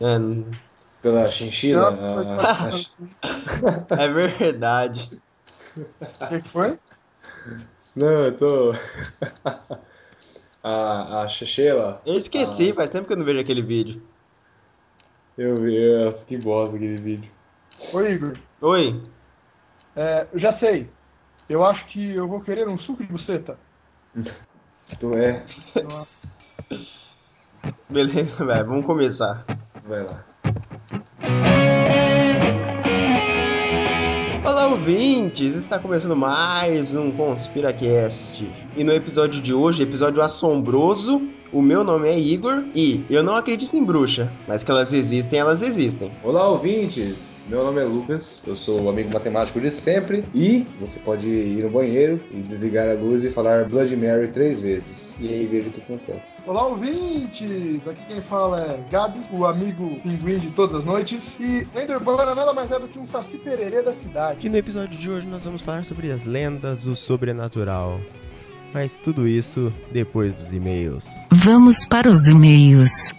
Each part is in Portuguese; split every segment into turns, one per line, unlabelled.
É,
Pela chinchila? Ah, a- a-
é verdade.
O que que foi?
Não, eu tô. A, a chinchila?
Eu esqueci, faz tempo que eu não vejo aquele vídeo.
Eu vi. Nossa, que bosta aquele vídeo.
Ô, Igor,
Oi,
é, eu já sei. Eu acho que eu vou querer um suco de buceta.
Tu é?
beleza, velho, vamos começar.
Vai lá.
Olá, ouvintes! Está começando mais um ConspiraCast. E no episódio de hoje, episódio assombroso, o meu nome é Igor e eu não acredito em bruxa, mas que elas existem, elas existem.
Olá, ouvintes! Meu nome é Lucas, eu sou o amigo matemático de sempre e você pode ir no banheiro e desligar a luz e falar Bloody Mary três vezes. E aí veja o que acontece.
Olá, ouvintes! Aqui quem fala é Gabi, o amigo pinguim de todas as noites. E Ender Banana nada mais é do que um saci pererê da cidade.
E no episódio de hoje nós vamos falar sobre as lendas, o sobrenatural. Mas tudo isso depois dos e-mails.
Vamos para os e-mails.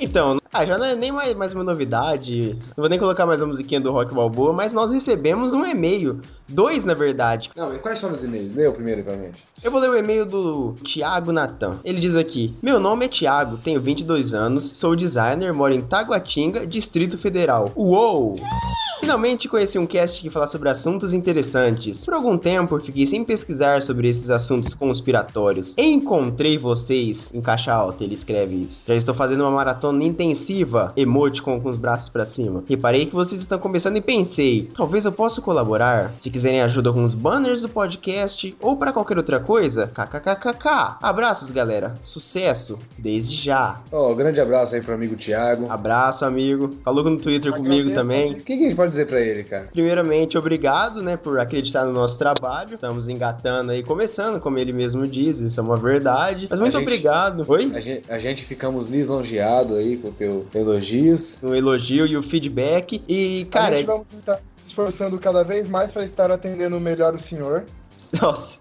Então, ah, já não é nem mais, mais uma novidade, não vou nem colocar mais a musiquinha do Rock Balboa, mas nós recebemos um e-mail, dois na verdade.
Não, e quais são os e-mails? Lê o primeiro pra gente.
Eu vou ler o e-mail do Thiago Natan. Ele diz aqui: Meu nome é Thiago, tenho 22 anos, sou designer, moro em Taguatinga, Distrito Federal. Uou! Finalmente conheci um cast que fala sobre assuntos interessantes. Por algum tempo eu fiquei sem pesquisar sobre esses assuntos conspiratórios. Encontrei vocês em caixa alta, ele escreve isso. Já estou fazendo uma maratona intensiva, emote com os braços pra cima. Reparei que vocês estão começando e pensei, talvez eu possa colaborar. Se quiserem ajuda com os banners do podcast ou para qualquer outra coisa, kkkk. Abraços, galera. Sucesso desde já.
Ó, grande abraço aí pro amigo Thiago.
Abraço, amigo. Falou no Twitter comigo
Agradeço,
também.
O que, que a gente pode dizer pra ele, cara?
Primeiramente, obrigado, né, por acreditar no nosso trabalho. Estamos engatando aí, começando, como ele mesmo diz, isso é uma verdade. Mas muito
gente-
obrigado. Oi?
É.
A gente, a gente ficamos lisonjeado aí com o teu elogios.
O Um elogio e o feedback. E, cara, é
a gente vai estar esforçando cada vez mais para estar atendendo melhor o senhor.
nossa.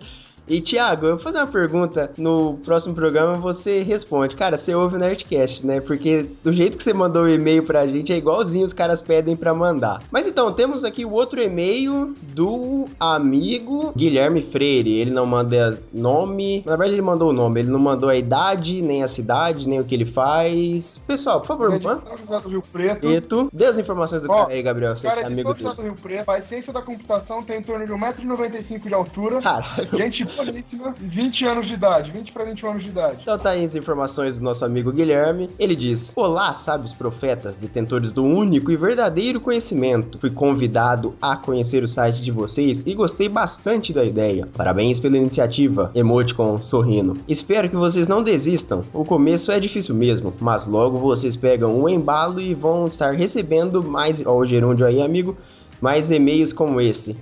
E, Thiago, eu vou fazer uma pergunta. No próximo programa você responde. Cara, você ouve o Nerdcast, né? Porque do jeito que você mandou o e-mail pra gente é igualzinho os caras pedem pra mandar. Mas então, temos aqui o outro e-mail do amigo Guilherme Freire. Ele não manda nome. Na verdade, ele mandou o nome. Ele não mandou a idade, nem a cidade, nem o que ele faz. Pessoal, por favor,
Ele é de
manda.
São José do Rio Preto.
Preto. Dê as informações do
Ó,
cara aí, Gabriel.
O
Você
cara
é
é de
amigo
São José
dele.
do Rio Preto, faz ciência da computação, tem em torno de 1,95m de altura.
Caralho.
Gente boníssima, 20 anos de idade, 20 para 21 anos de idade.
Então tá aí as informações do nosso amigo Guilherme. Ele diz: Olá, sábios profetas, detentores do único e verdadeiro conhecimento. Fui convidado a conhecer o site de vocês e gostei bastante da ideia. Parabéns pela iniciativa, emoticon sorrindo. Espero que vocês não desistam. O começo é difícil mesmo, mas logo vocês pegam o embalo e vão estar recebendo mais. Ó, o gerúndio aí, amigo. Mais e-mails como esse.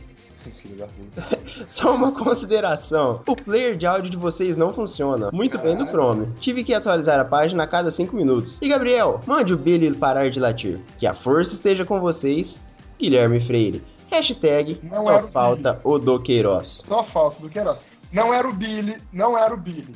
Filho da puta.
Só uma consideração. O player de áudio de vocês não funciona. Muito bem no Chrome. Tive que atualizar a página a cada 5 minutos. E Gabriel, mande o Billy parar de latir. Que a força esteja com vocês, Guilherme Freire. Hashtag
Não
só
era o Billy.
falta o do Queiroz.
Só falso do que era. Não era o Billy, não era o Billy.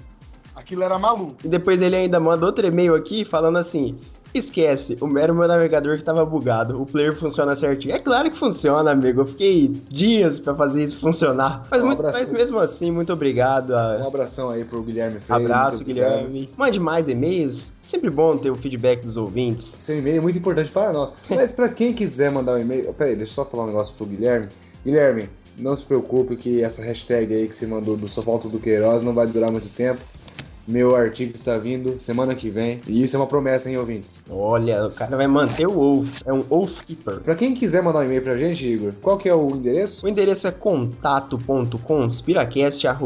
Aquilo era maluco.
E depois ele ainda manda outro e-mail aqui falando assim: esquece, o mero meu navegador que tava bugado, o player funciona certinho. É claro que funciona, amigo. Eu fiquei dias pra fazer isso funcionar. Mas,
Um
muito,
abraço.
mas mesmo assim, muito obrigado a,
Um abração aí pro Guilherme Freire.
Abraço,
muito obrigado.
Guilherme. Mande mais e-mails. Sempre bom ter o feedback dos ouvintes.
Seu e-mail é muito importante para nós. Mas para quem quiser mandar um e-mail. Peraí, deixa eu só falar um negócio pro Guilherme. Guilherme, não se preocupe que essa hashtag aí que você mandou do Só Falta do Queiroz não vai durar muito tempo. Meu artigo está vindo semana que vem. E isso é uma promessa, hein, ouvintes?
Olha, o cara vai manter o Wolf. É um Wolf Keeper.
Para quem quiser mandar um e-mail pra gente, Igor, qual que é o endereço?
O endereço é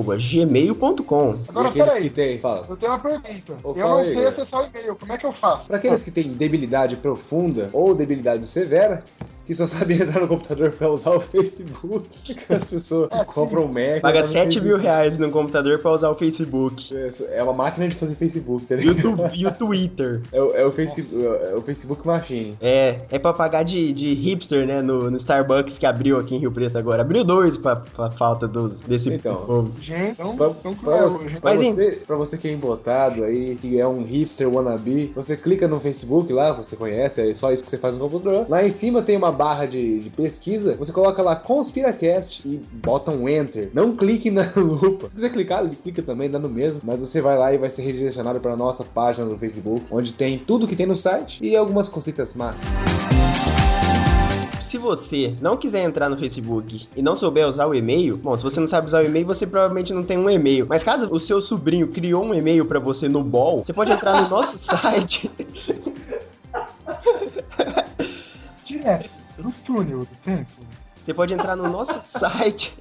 contato.conspiracast.gmail.com.
Agora,
e aqueles
peraí.
que tem. Fala.
Eu tenho uma pergunta.
Ô,
eu
fala
não
aí,
sei
Igor.
acessar o e-mail. Como é que eu faço?
Para aqueles que têm debilidade profunda ou debilidade severa, que só sabe entrar no computador pra usar o Facebook. As pessoas compram o Mac.
Paga
entram no
7 mil
Facebook.
reais no computador pra usar o Facebook.
É uma máquina de fazer Facebook, tá
E o,
ligado?
tu- e o Twitter.
É o, é o Facebook, é o Facebook Machine.
É, é pra pagar de, de hipster, né? No, no Starbucks que abriu aqui em Rio Preto agora. Abriu dois pra, pra falta dos, desse
Então.
povo.
Gente, tão,
Pra,
tão
pra
cruel
você,
hoje.
pra,
Mas em-
você, pra você que é embotado aí, que é um hipster wannabe, você clica no Facebook lá, você conhece, é só isso que você faz no computador. Lá em cima tem uma barra de, de pesquisa, você coloca lá Conspiracast e bota um Enter. Não clique na lupa. Se quiser clicar, clica também, dá no mesmo. Mas você vai lá e vai ser redirecionado pra nossa página do Facebook, onde tem tudo que tem no site e algumas cositas más.
Se você não quiser entrar no Facebook e não souber usar o e-mail, bom, se você não sabe usar o e-mail, você provavelmente não tem um e-mail. Mas caso o seu sobrinho criou um e-mail pra você no BOL, você pode entrar no nosso site.
Direto do túnel do tempo.
Você pode entrar no nosso site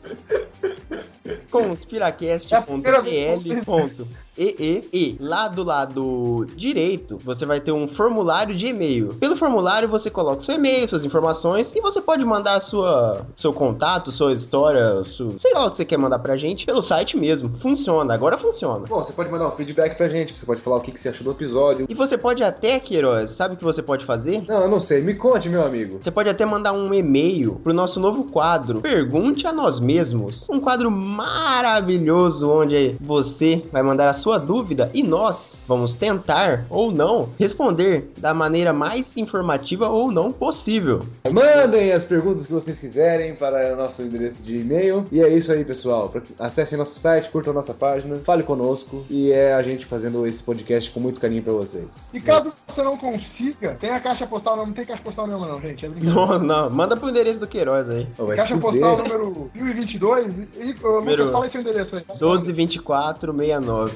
conspiracast.pl.ee e lá do lado direito você vai ter um formulário de e-mail. Pelo formulário você coloca seu e-mail, suas informações e você pode mandar a sua seu contato, sua história, su- sei lá o que você quer mandar pra gente pelo site mesmo. Funciona, agora funciona.
Bom, você pode mandar um feedback pra gente, você pode falar o que, que você achou do episódio.
E você pode até, Queiroz, sabe o que você pode fazer?
Não, eu não sei, me conte, meu amigo.
Você pode até mandar um e-mail pro nosso novo quadro, Pergunte a Nós Mesmos. Um quadro maravilhoso onde você vai mandar a sua dúvida e nós vamos tentar ou não responder da maneira mais informativa ou não possível.
Mandem as perguntas que vocês quiserem para o nosso endereço de e-mail. E é isso aí, pessoal. Pra- Acessem nosso site, curtam nossa página, fale conosco. E é a gente fazendo esse podcast com muito carinho pra vocês.
E caso você não consiga, tem a caixa postal, não, não tem caixa postal nenhuma não, gente. É
Não,
brincadeira.
não, manda pro endereço do Queiroz aí.
Oh, vai se
Caixa
fuder.
postal né? número 1022. E, e, ô,
Número-
Lucas, fala aí seu endereço aí.
122469.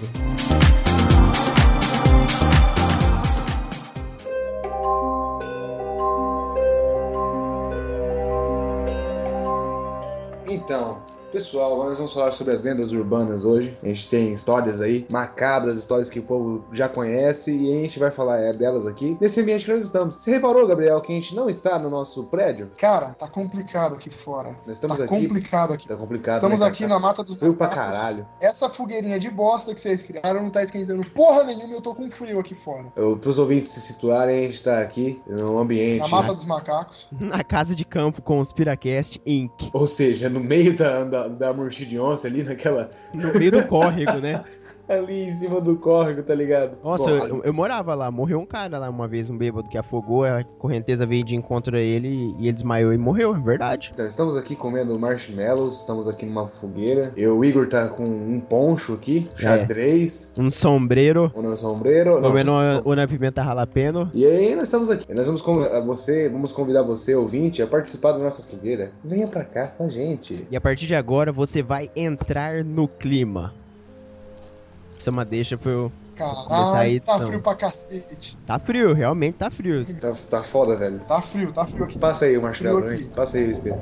Então, pessoal, agora nós vamos falar sobre as lendas urbanas hoje. A gente tem histórias aí, macabras, histórias que o povo já conhece e a gente vai falar é, delas aqui nesse ambiente que nós estamos. Você reparou, Gabriel, que a gente não está no nosso prédio?
Cara, tá complicado aqui fora.
Nós estamos
tá
aqui.
complicado aqui.
Tá complicado.
Estamos
né,
aqui na mata dos
Frio pra
macacos.
caralho.
Essa fogueirinha de bosta que vocês criaram não tá esquentando porra nenhuma e eu tô com frio aqui fora.
Para os ouvintes se situarem, a gente tá aqui no
Na
ambiente. né?
mata dos macacos.
Na casa de campo com os Piracast Inc.
Ou seja, no meio da, da, da murchi de onça ali, naquela.
No meio do córrego, né?
Ali em cima do córrego, tá ligado?
Nossa,
Bom,
eu, eu morava lá. Morreu um cara lá uma vez, um bêbado que afogou. A correnteza veio de encontro a ele e ele desmaiou e morreu, é verdade.
Então, estamos aqui comendo marshmallows, estamos aqui numa fogueira. Eu, o Igor tá com um poncho aqui,
É.
xadrez,
Um sombreiro,
o nosso sombreiro. não,
comendo uma,
som-
uma pimenta jalapeno.
E aí nós estamos aqui. Nós vamos convidar você, vamos convidar você, ouvinte, a participar da nossa fogueira. Venha pra cá com a gente.
E a partir de agora você vai entrar no clima. Isso é uma deixa pra eu. Essa aí
Caralho, tá
são.
frio pra cacete.
Tá frio, realmente tá frio.
Tá, tá foda, velho.
Tá frio, tá frio aqui.
Passa aí o marshmallow, pra mim. Passa aí o espelho.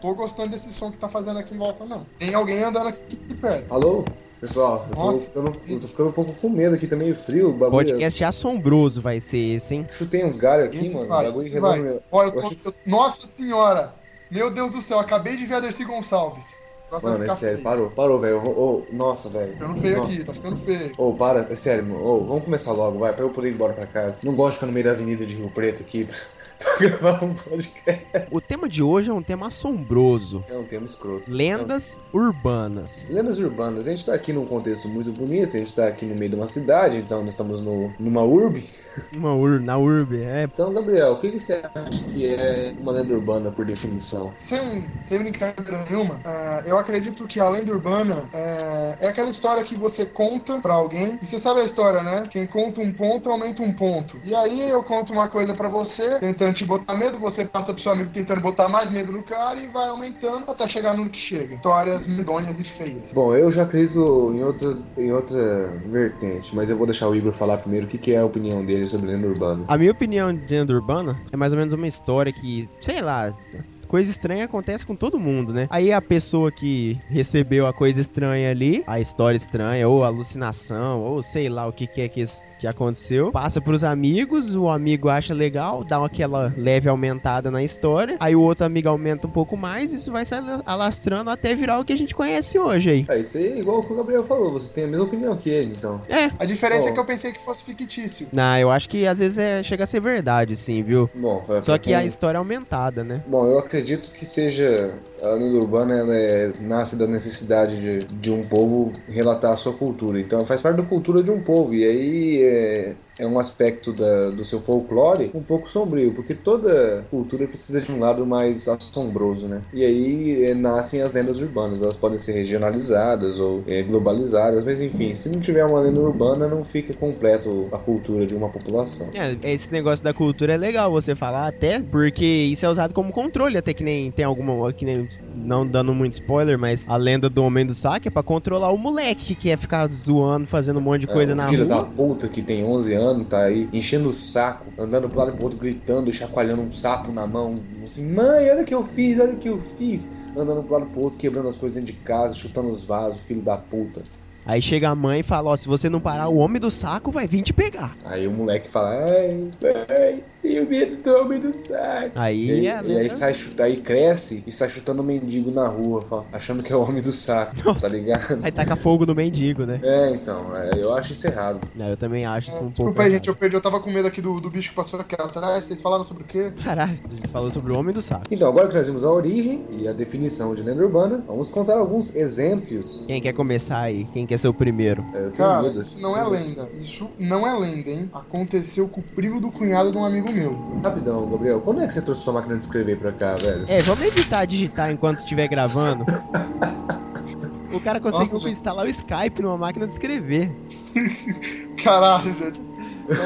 Tô gostando desse som que tá fazendo aqui em volta, não. Tem alguém andando aqui perto.
Alô? Pessoal, eu tô,
Nossa.
ficando, eu tô ficando um pouco com medo aqui, tá meio frio o bagulho.
Podcast assombroso vai ser esse, hein?
Eu chutei uns galhos aqui,
Esse
mano.
vai,
o bagulho
esse vai.
redondo.
Ó, eu
Eu
tô-
achei-
eu- Nossa senhora! Meu Deus do céu, acabei de ver a Dercy Gonçalves. Nossa,
Mano, é sério, parou, parou, velho. Eu vou- Ô, nossa, velho.
Ficando feio
Nossa.
aqui, tá ficando feio.
Ô, para, é sério, mano. Ô, vamos começar logo, vai, pra eu poder ir embora pra casa. Não gosto de ficar no meio da avenida de Rio Preto aqui pra, pra gravar um podcast.
O tema de hoje é um tema assombroso.
É um tema escroto.
Lendas urbanas.
Lendas urbanas, a gente tá aqui num contexto muito bonito, a gente tá aqui no meio de uma cidade, então nós estamos no, numa urbe.
Uma ur na urbe, é.
Então, Gabriel, o que, que você acha que é uma lenda urbana por definição?
Sem, sem brincadeira nenhuma, ah, eu acredito que a lenda urbana ah, é aquela história que você conta pra alguém. E você sabe a história, né? Quem conta um ponto, aumenta um ponto. E aí eu conto uma coisa pra você, tentando te botar medo, você passa pro seu amigo tentando botar mais medo no cara e vai aumentando até chegar no que chega. Histórias medonhas e feias.
Bom, eu já acredito em outra, em outra vertente, mas eu vou deixar o Igor falar primeiro o que, que é a opinião dele sobre lenda urbana.
A minha opinião de lenda urbana é mais ou menos uma história que, sei lá, Coisa estranha acontece com todo mundo, né? Aí a pessoa que recebeu a coisa estranha ali, a história estranha, ou alucinação, ou sei lá o que, que é que, es- que aconteceu, passa pros amigos, o amigo acha legal, dá aquela leve aumentada na história, aí o outro amigo aumenta um pouco mais, isso vai se ala- alastrando até virar o que a gente conhece hoje aí.
Ah, isso aí é igual o que o Gabriel falou, você tem a mesma opinião que ele, então.
É.
A diferença é
Bom.
que eu pensei que fosse fictício.
Não, Ah, eu acho que às vezes é, chega a ser verdade, sim, viu?
Bom, pra-
Só
pra
que a
quem-
história é aumentada, né?
Bom, eu acredito que seja a lenda urbana, ela é- nasce da necessidade de, de um povo relatar a sua cultura. Então, faz parte da cultura de um povo. E aí é, é um aspecto da- do seu folclore um pouco sombrio, porque toda cultura precisa de um lado mais assombroso, né? E aí é, nascem as lendas urbanas. Elas podem ser regionalizadas ou é, globalizadas, mas enfim, se não tiver uma lenda urbana, não fica completo a cultura de uma população.
É, esse negócio da cultura é legal você falar até, porque isso é usado como controle, até que nem tem alguma, que nem, não dando muito spoiler, mas a lenda do Homem do Saque é pra controlar o moleque que quer ficar zoando, fazendo um monte de coisa
É, o
na
filho
rua.
da puta que tem 11 anos, tá aí enchendo o saco, andando pro lado e pro outro, gritando, e chacoalhando um sapo na mão. Assim, mãe, olha o que eu fiz, olha o que eu fiz. Andando pro lado e pro outro, quebrando as coisas dentro de casa, chutando os vasos, filho da puta.
Aí chega a mãe e fala, ó, se você não parar, o Homem do Saco vai vir te pegar.
Aí o moleque fala, ai, pai, tenho medo do homem do saco.
Aí, é,
E, aí-
a
e
lenda...
aí sai chutar, aí cresce e sai chutando mendigo na rua, fala, achando que é o homem do saco,
Nossa.
tá ligado?
Aí taca fogo no mendigo, né?
É, então, é, eu acho isso errado.
Não, eu também acho isso um pouco
Desculpa aí, gente,
errado.
eu perdi. Eu tava com medo aqui do, do bicho que passou aqui atrás. Vocês falaram sobre o quê?
Caralho, a gente falou sobre o Homem do Saco.
Então, agora que nós vimos a origem e a definição de lenda urbana, vamos contar alguns exemplos.
Quem quer começar aí? Quem quer ser o primeiro?
É, Eu tenho
Cara,
medo.
isso não é
Tenho medo.
lenda. Isso não é lenda, hein? Aconteceu com o primo do cunhado de um amigo meu.
Rapidão, Gabriel, quando é que você trouxe sua máquina de escrever pra cá, velho?
É, vamos evitar digitar enquanto estiver gravando. O cara conseguiu
Nossa, gente.
instalar o Skype numa máquina de escrever.
Caralho, gente. Mas-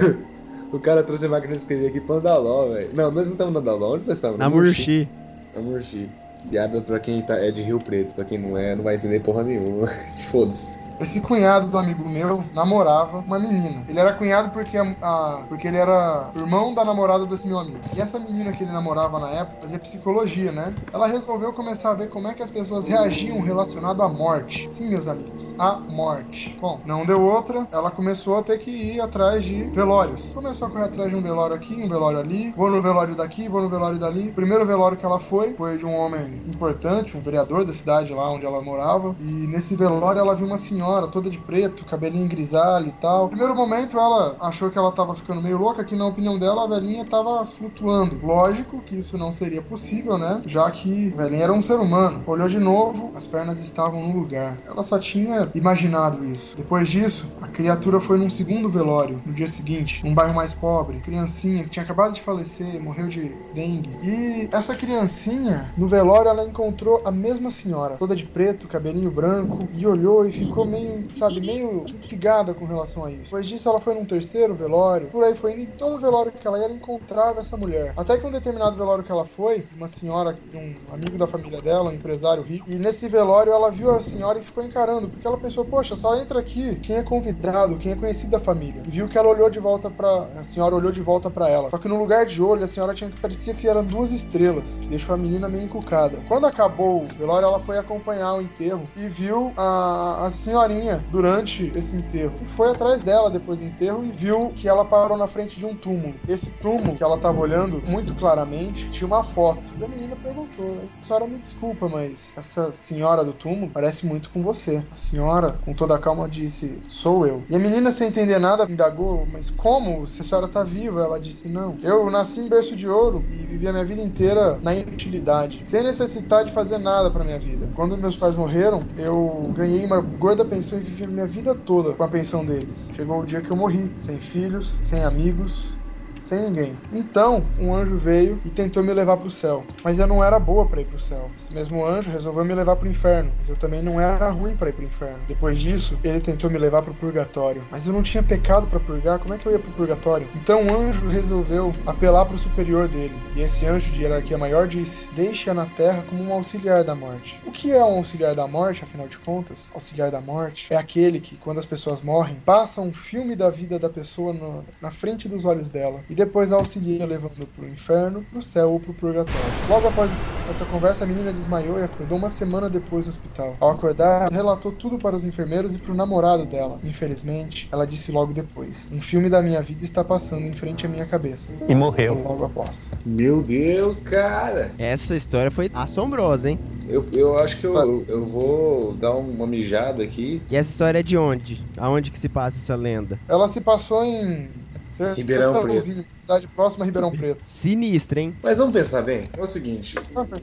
mas-
O cara trouxe a máquina de escrever aqui pro Andaló, velho. Não, nós não estamos no Andaló, onde nós estamos?
Na
No Murchi.
Murchi.
Na Murchi. Piada pra quem tá, é de Rio Preto, pra quem não é, não vai entender porra nenhuma. Foda-se.
Esse cunhado do amigo meu namorava uma menina. Ele era cunhado porque, a, a- porque ele era irmão da namorada desse meu amigo. E essa menina que ele namorava na época fazia psicologia, né? Ela resolveu começar a ver como é que as pessoas reagiam relacionado à morte. Sim, meus amigos, à morte. Bom, não deu outra. Ela começou a ter que ir atrás de velórios. Começou a correr atrás de um velório aqui, um velório ali. Vou no velório daqui, vou no velório dali. O primeiro velório que ela foi foi de um homem importante, um vereador da cidade lá onde ela morava. E nesse velório ela viu uma senhora toda de preto, cabelinho grisalho e tal. No primeiro momento ela achou que ela tava ficando meio louca, que na opinião dela a velhinha tava flutuando. Lógico que isso não seria possível, né? Já que a velhinha era um ser humano. Olhou de novo, as pernas estavam no lugar. Ela só tinha imaginado isso. Depois disso, a criatura foi num segundo velório, no dia seguinte, num bairro mais pobre. Criancinha que tinha acabado de falecer, morreu de dengue. E essa criancinha, no velório, ela encontrou a mesma senhora, toda de preto, cabelinho branco, e olhou e ficou meio, sabe, meio intrigada com relação a isso. Depois disso, ela foi num terceiro velório, por aí foi indo em todo velório que ela ia, ela encontrava essa mulher. Até que um determinado velório que ela foi, uma senhora, de um amigo da família dela, um empresário rico, e nesse velório ela viu a senhora e ficou encarando, porque ela pensou, poxa, só entra aqui quem é convidado, quem é conhecido da família. E viu que ela olhou de volta pra. A senhora olhou de volta pra ela. Só que no lugar de olho, a senhora tinha parecia que eram duas estrelas, que deixou a menina meio encucada. Quando acabou o velório, ela foi acompanhar o enterro e viu a, a senhorinha durante esse enterro. E foi atrás dela depois do enterro e viu que ela parou na frente de um túmulo. Esse túmulo que ela tava olhando muito claramente tinha uma foto. E a menina perguntou: A senhora me desculpa, mas essa senhora do túmulo parece muito com você. A senhora, com toda a calma, disse: Sou eu. E a menina, sem entender nada, indagou: Mas como? Se a senhora tá viva? Ela disse: Não. Eu nasci em berço de ouro e vivi a minha vida inteira na inutilidade, sem necessitar de fazer nada pra minha vida. Quando meus pais morreram, eu ganhei uma gorda pensão e vivi a minha vida toda com a pensão deles. Chegou o dia que eu morri, sem filhos, sem amigos, sem ninguém. Então, um anjo veio e tentou me levar pro céu, mas eu não era boa pra ir pro céu. Esse mesmo anjo resolveu me levar pro inferno, mas eu também não era ruim pra ir pro inferno. Depois disso, ele tentou me levar pro purgatório, mas eu não tinha pecado pra purgar, como é que eu ia pro purgatório? Então, um anjo resolveu apelar pro superior dele, e esse anjo de hierarquia maior disse: "Deixa na terra como um auxiliar da morte". O que é um auxiliar da morte, afinal de contas? Auxiliar da morte é aquele que quando as pessoas morrem, passa um filme da vida da pessoa no- na frente dos olhos dela. e depois auxilia levando pro inferno, pro céu ou pro purgatório. Logo após esse- essa conversa, a menina desmaiou e acordou uma semana depois no hospital. Ao acordar, relatou tudo para os enfermeiros e pro namorado dela. Infelizmente, ela disse logo depois: Um filme da minha vida está passando em frente à minha cabeça.
E morreu.
Logo após.
Meu Deus, cara.
Essa história foi assombrosa, hein?
Eu, eu acho que
tá-
eu, eu vou dar uma mijada aqui.
E essa história é de onde? Aonde que se passa essa lenda?
Ela se passou em. Cer-
Ribeirão
Santa
Preto.
Luzia, Cidade próxima a Ribeirão Preto.
Sinistra, hein?
Mas vamos pensar bem. É o seguinte.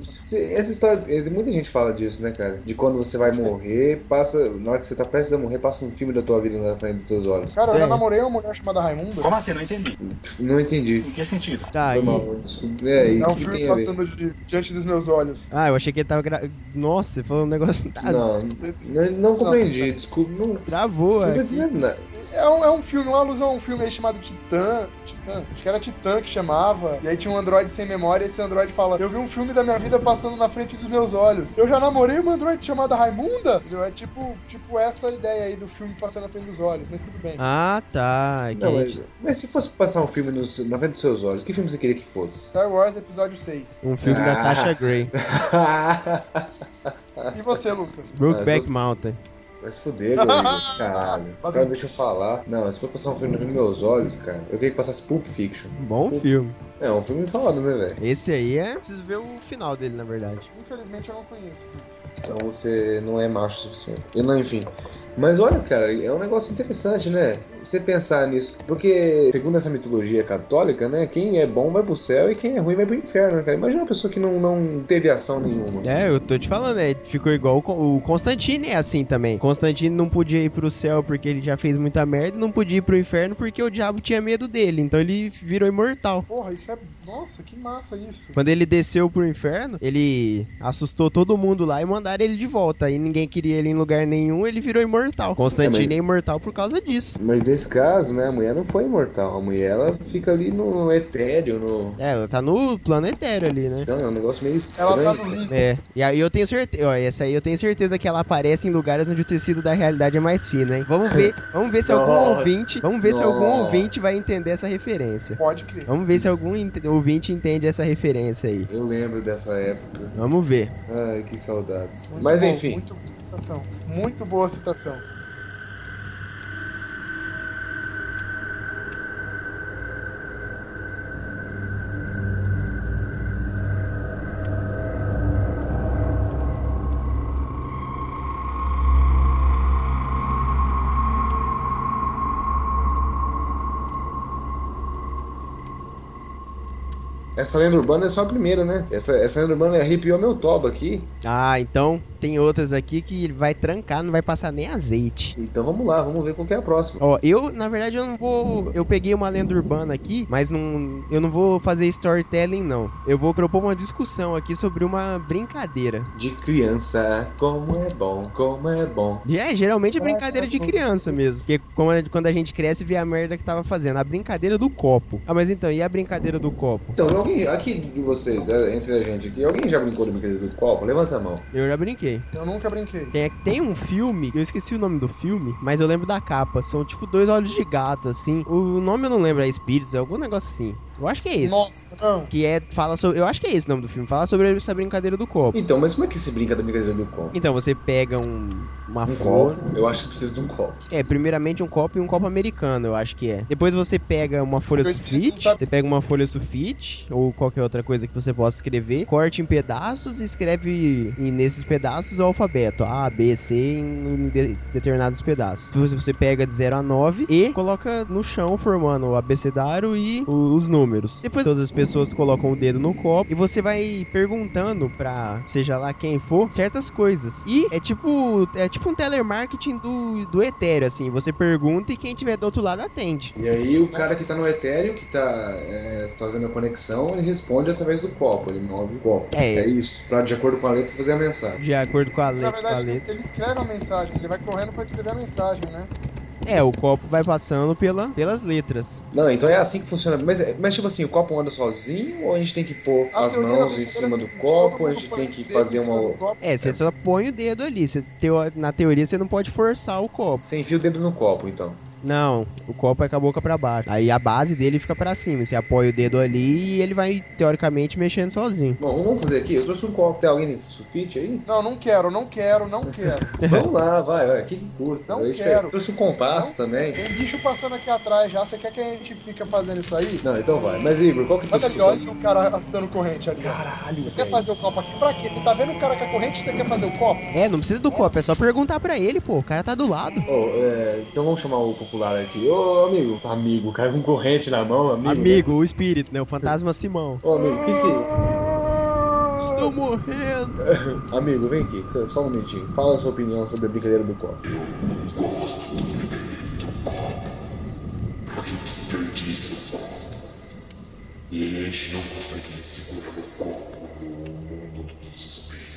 se- Essa história. eh, Muita gente fala disso, né, cara? De quando você vai morrer, passa. Na hora que você tá prestes a morrer, passa um filme da tua vida na frente dos teus olhos.
Cara, eu já
É.
namorei uma mulher chamada Raimunda.
Como assim? Não entendi.
Não entendi.
Em que sentido?
Tá,
Foi
e...
mal. Desculpa. É, e
É
o
um
que
filme
tem a ver?
passando de- diante dos meus olhos.
Ah, eu achei que ele tava gra... Nossa, você falou um negócio... Tá,
Não, não, não compreendi. Desculpa. Não, não
Travou,
tô
é.
entendendo nada.
É um, é um filme, uma alusão a um filme aí chamado Titã. Titã. Acho que era Titã que chamava. E aí tinha um androide sem memória e esse androide fala: Eu vi um filme da minha vida passando na frente dos meus olhos. Eu já namorei uma androide chamada Raimunda? Entendeu? É tipo, tipo essa ideia aí do filme passando na frente dos olhos, mas tudo bem.
Ah, tá. é que-
Não, mas, mas se fosse passar um filme nos- na frente dos seus olhos, que filme você queria que fosse?
Star Wars Episódio 6.
Um filme da
Ah.
Sasha Grey.
E você, Lucas?
Brokeback Mountain.
Vai se fuder, meu amigo. Caralho. Esse cara não deixa eu falar. Não, se for passar um filme na frente dos meus olhos, cara, eu queria que passasse Pulp Fiction.
Bom filme.
É, um filme falado, né, velho?
Esse aí é... Preciso ver o final dele, na verdade.
Infelizmente eu não conheço.
Então você não é macho o suficiente. Eu não, enfim. Mas olha, cara, é um negócio interessante, né? Você pensar nisso. Porque, segundo essa mitologia católica, né? Quem é bom vai pro céu e quem é ruim vai pro inferno, né, cara? Imagina uma pessoa que não, não teve ação nenhuma.
É, eu tô te falando, é, ficou igual o Con- o Constantine é assim também. Constantine não podia ir pro céu porque ele já fez muita merda, não podia ir pro inferno porque o diabo tinha medo dele, então ele virou imortal.
Porra, isso é. Nossa, que massa isso.
Quando ele desceu pro inferno, ele assustou todo mundo lá e mandaram ele de volta. Aí ninguém queria ele em lugar nenhum, ele virou imortal. Constantine é imortal por causa disso.
Mas nesse caso, né, a mulher não foi imortal. A mulher, ela fica ali no etéreo, no...
É, ela tá no plano etéreo ali, né?
Então, é um negócio meio
Ela
estranho.
tá no livro.
É, e aí eu tenho certeza, ó, essa aí eu tenho certeza que ela aparece em lugares onde o tecido da realidade é mais fino, hein? Vamos ver, vamos ver se algum
Nossa,
ouvinte, vamos ver se algum
nossa.
ouvinte vai entender essa referência.
Pode crer.
Vamos ver se algum ent- ouvinte entende essa referência aí.
Eu lembro dessa época.
Vamos ver.
Ai, que saudades.
Muito
Mas
bom,
enfim,
Muito boa citação. Muito boa citação.
essa lenda urbana é só a primeira, né? Essa, essa lenda urbana arrepiou meu toba aqui.
Ah, então tem outras aqui que ele vai trancar, não vai passar nem azeite.
Então vamos lá, vamos ver qual que é a próxima.
Ó, eu, na verdade, eu não vou. Eu peguei uma lenda urbana aqui, mas não, eu não vou fazer storytelling, não. Eu vou propor uma discussão aqui sobre uma brincadeira.
De criança, como é bom, como é bom.
E É, geralmente é brincadeira de criança mesmo. Porque como a- quando a gente cresce, vê a merda que tava fazendo. A brincadeira do copo. Ah, mas então, e a brincadeira do copo?
Então, alguém aqui de vocês, eh, entre a gente aqui, alguém já brincou de brincadeira do copo? Levanta a mão.
Eu já brinquei.
Eu nunca brinquei.
Tem, tem um filme, eu esqueci o nome do filme, mas eu lembro da capa. São tipo dois olhos de gato, assim. O nome eu não lembro, é Espíritos, é algum negócio assim. Eu acho que é isso.
Nossa, não.
Que é, fala sobre, eu acho que é esse o nome do filme, fala sobre essa brincadeira do copo.
Então, mas como é que se brinca da brincadeira do copo?
Então, você pega um, uma
Um
flor,
copo? Eu acho que precisa de um copo.
É, primeiramente um copo e um copo americano, eu acho que é. Depois você pega uma folha
Depois
sulfite,
você não sabe-
você pega uma folha sulfite ou qualquer outra coisa que você possa escrever, corte em pedaços e escreve em- nesses pedaços o alfabeto A, B, C em de- determinados pedaços. Depois você pega de 0 a 9 e coloca no chão formando o abecedário e o- os números. Depois todas as pessoas colocam o dedo no copo e você vai perguntando pra seja lá quem for certas coisas. E é tipo é tipo um telemarketing do do etéreo assim, você pergunta e quem tiver do outro lado atende.
E aí o cara que tá no etéreo, que tá eh, fazendo a conexão, ele responde através do copo, ele move o copo.
É.
É isso, pra de acordo com a letra fazer a mensagem.
De acordo com a le-
Na
com a
verdade,
letra.
ele escreve a mensagem, ele vai correndo pra escrever a mensagem, né?
É, o copo vai passando pela, pelas letras.
Não, então é assim que funciona. Mas, mas tipo assim, o copo anda sozinho ou a gente tem que pôr
A
as
teoria da
mãos
brincadeira
em
é
cima do
seguinte,
copo,
todo
a
mundo
gente
põe
tem que
o dedo
fazer
em cima
uma.
do copo.
É, você só põe o dedo ali. Você teo- na teoria, você não pode forçar o copo.
Você enfia o dedo no copo, então.
Não, o copo é com a boca pra baixo. Aí a base dele fica pra cima. Você apoia o dedo ali e ele vai, teoricamente, mexendo sozinho.
Bom, vamos fazer aqui. Eu trouxe um copo. Tem alguém de sulfite aí?
Não, não quero, não quero, não quero.
Vamos lá, vai, vai. O que, que custa?
Não
Eu te-
quero.
Trouxe um compasso também.
Tem bicho passando aqui atrás já. Você quer que a gente fica fazendo isso aí?
Não, então vai. Mas Igor, qual que é a
Olha
tua
ali,
discussão?
olha o cara assinando corrente ali. ó.
Caralho,
Você quer
velho.
fazer o copo aqui pra quê? Você tá vendo o cara com a corrente você quer fazer o copo?
É, não precisa do copo, é só perguntar pra ele, pô. O cara tá do lado.
Ô, é, então vamos chamar o popular aqui. Ô, amigo. Amigo, o cara com corrente na mão, amigo.
Amigo, o espírito, né? O fantasma Simão.
né? Ô, amigo, o que que...
Estou morrendo.
Amigo, vem aqui. Só, só um momentinho. Fala a sua opinião sobre a brincadeira do copo.
Porque você desperdiça o copo. E este não consegue segurar o copo no mundo dos espíritos.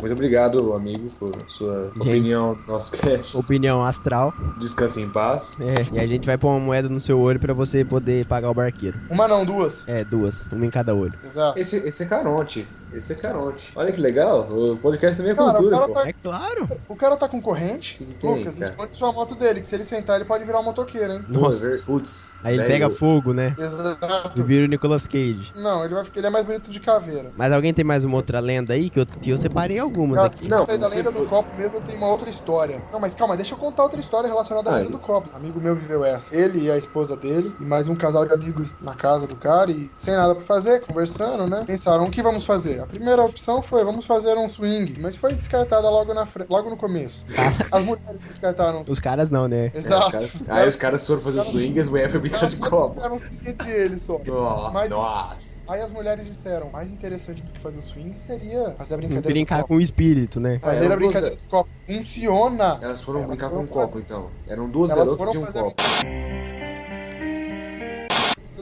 Muito obrigado, amigo, por sua
Uhum.
opinião no nosso cast.
Opinião astral.
Descanse em paz.
É, e a gente vai pôr uma moeda no seu olho pra você poder pagar o barqueiro.
Uma não, duas.
É, duas. Uma em cada olho.
Exato.
Esse, esse é Caronte. Esse é Caronte. Olha que legal. O podcast também é
Cara, o
cultura,
cara
pô.
tá,
É claro.
o cara tá com corrente.
Que que tem,
Lucas,
cara?
esconde sua moto dele, que se ele sentar ele pode virar um motoqueiro, hein?
Pô, é
Nossa.
ver- Putz.
Aí ele
velho.
pega fogo, né? E
Exato.
vira o Nicolas Cage.
Não, ele vai ficar, ele é mais bonito de caveira.
Mas alguém tem mais uma outra lenda aí? Que eu, que eu separei algumas
Cara,
aqui.
Não,
isso aí da
você
lenda do
pode-
copo mesmo tem uma outra história. Não, mas calma, deixa eu contar outra história relacionada à
Ah,
lenda do copo. Um amigo meu viveu essa. Ele e a esposa dele, e mais um casal de amigos na casa do cara, e sem nada pra fazer, conversando, né? Pensaram, o que vamos fazer? A primeira opção foi, vamos fazer um swing, mas foi descartada logo, na fre... logo no começo. As mulheres descartaram.
Os caras não, né?
Tá. É, os
Exato.
caras-
Os
Aí
caras-
os caras foram fazer
os caras-
swing e as mulheres foram
os
brincar
caras
de
só
copo.
fizeram um swing entre eles só.
Nossa.
Mas-
Nossa.
Aí as mulheres disseram, mais interessante do que fazer o swing seria fazer a brincadeira
Brincar
do
com o espírito, né?
copo. Fazer
É,
a brincadeira do copo. Funciona!
Elas foram
Elas
brincar
foram
com um copo,
fazer-
então. Eram duas
Elas
garotas
foram
e um
fazer
copo.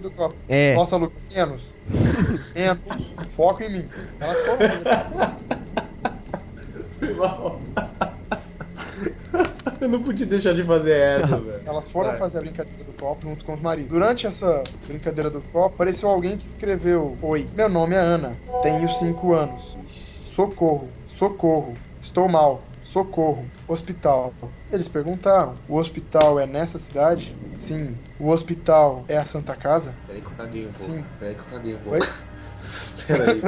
Do copo.
É.
Nossa, Lucas, menos. menos. Foco em mim. Elas foram fazer.
Foi mal. Eu não podia deixar de fazer essa, velho.
Elas foram
Vai.
fazer a brincadeira do copo junto com os maridos. Durante essa brincadeira do copo, apareceu alguém que escreveu: Oi, meu nome é Ana, tenho 5 anos. Socorro, socorro, estou mal, socorro, hospital. Eles perguntaram: O hospital é nessa cidade? Sim. O hospital é a Santa Casa?
Peraí que eu caguei um
Sim.
pouco. Peraí que eu caguei um
Oi?
pouco. Peraí.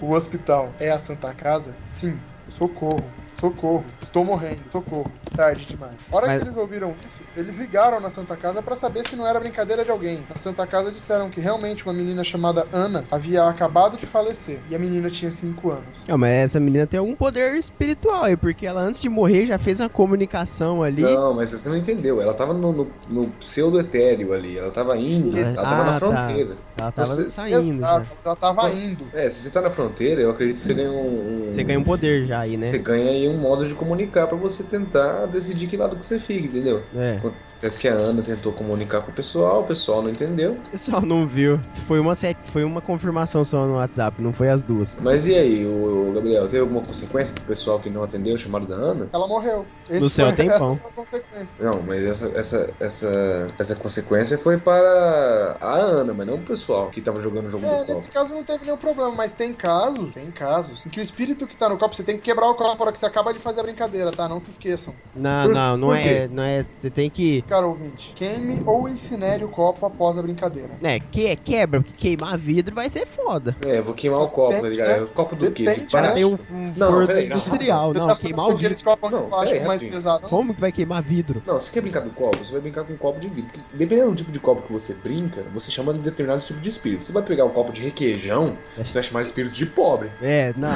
O hospital é a Santa Casa? Sim. Socorro. Socorro. Estou morrendo. Socorro. Tarde demais. A hora
Mas-
que eles ouviram isso, eles ligaram na Santa Casa pra saber se não era brincadeira de alguém. Na Santa Casa disseram que realmente uma menina chamada Ana havia acabado de falecer e a menina tinha 5 anos.
Não, mas essa menina tem algum poder espiritual aí, porque ela antes de morrer já fez uma comunicação ali.
Não, mas você não entendeu. Ela tava no, no, no pseudo-etéreo ali. Ela tava indo. Ela tava
Ah, tá.
na fronteira.
Ela tava
Você-
saindo. né?
Exato,
já.
ela tava indo.
É, se você tá na fronteira, eu acredito que você ganha um. um-
Hum. Você ganha um poder já aí, né?
Você ganha aí um modo de comunicar pra você tentar decidir que lado que você fica, entendeu?
É.
Parece que a Ana tentou comunicar com o pessoal, o pessoal não entendeu.
O pessoal não viu. Foi uma, set... foi uma confirmação só no WhatsApp, não foi as duas.
Mas e aí, o, o Gabriel, teve alguma consequência pro pessoal que não atendeu o chamado da Ana?
Ela morreu. Esse
No céu
foi-
tem
essa
pão.
foi a consequência.
Não, mas essa, essa, essa, essa consequência foi para a Ana, mas não pro pessoal que tava jogando o jogo
É,
do copo.
nesse caso não teve nenhum problema, mas tem casos, tem casos, em que o espírito que tá no copo, você tem que quebrar o copo na hora que você acaba de fazer a brincadeira, tá? Não se esqueçam.
Não,
Por-
não, não
por
é,
quê?
não é. Você tem que.
Cara ouvinte, queime ou incinere o copo após a brincadeira.
Né, que, quebra, porque queimar vidro vai ser foda.
É, eu vou queimar o copo, tá
Depende,
ligado?
né?
O copo do quê?
Depende,
De
Já
né?
plástico?
tem um, um
Não,
forno
peraí, não. tá
industrial. Não, queimar o vidro.
Aqueles copos
Não,
de plástico
peraí,
mais
rapidinho.
pesado.
Como que vai queimar vidro?
Não, se você quer brincar com copo, você vai brincar com um copo de vidro. Porque Dependendo do tipo de copo que você brinca, você chama de determinado tipo de espírito. Você vai pegar um copo de requeijão, você vai chamar espírito de pobre.
É, não.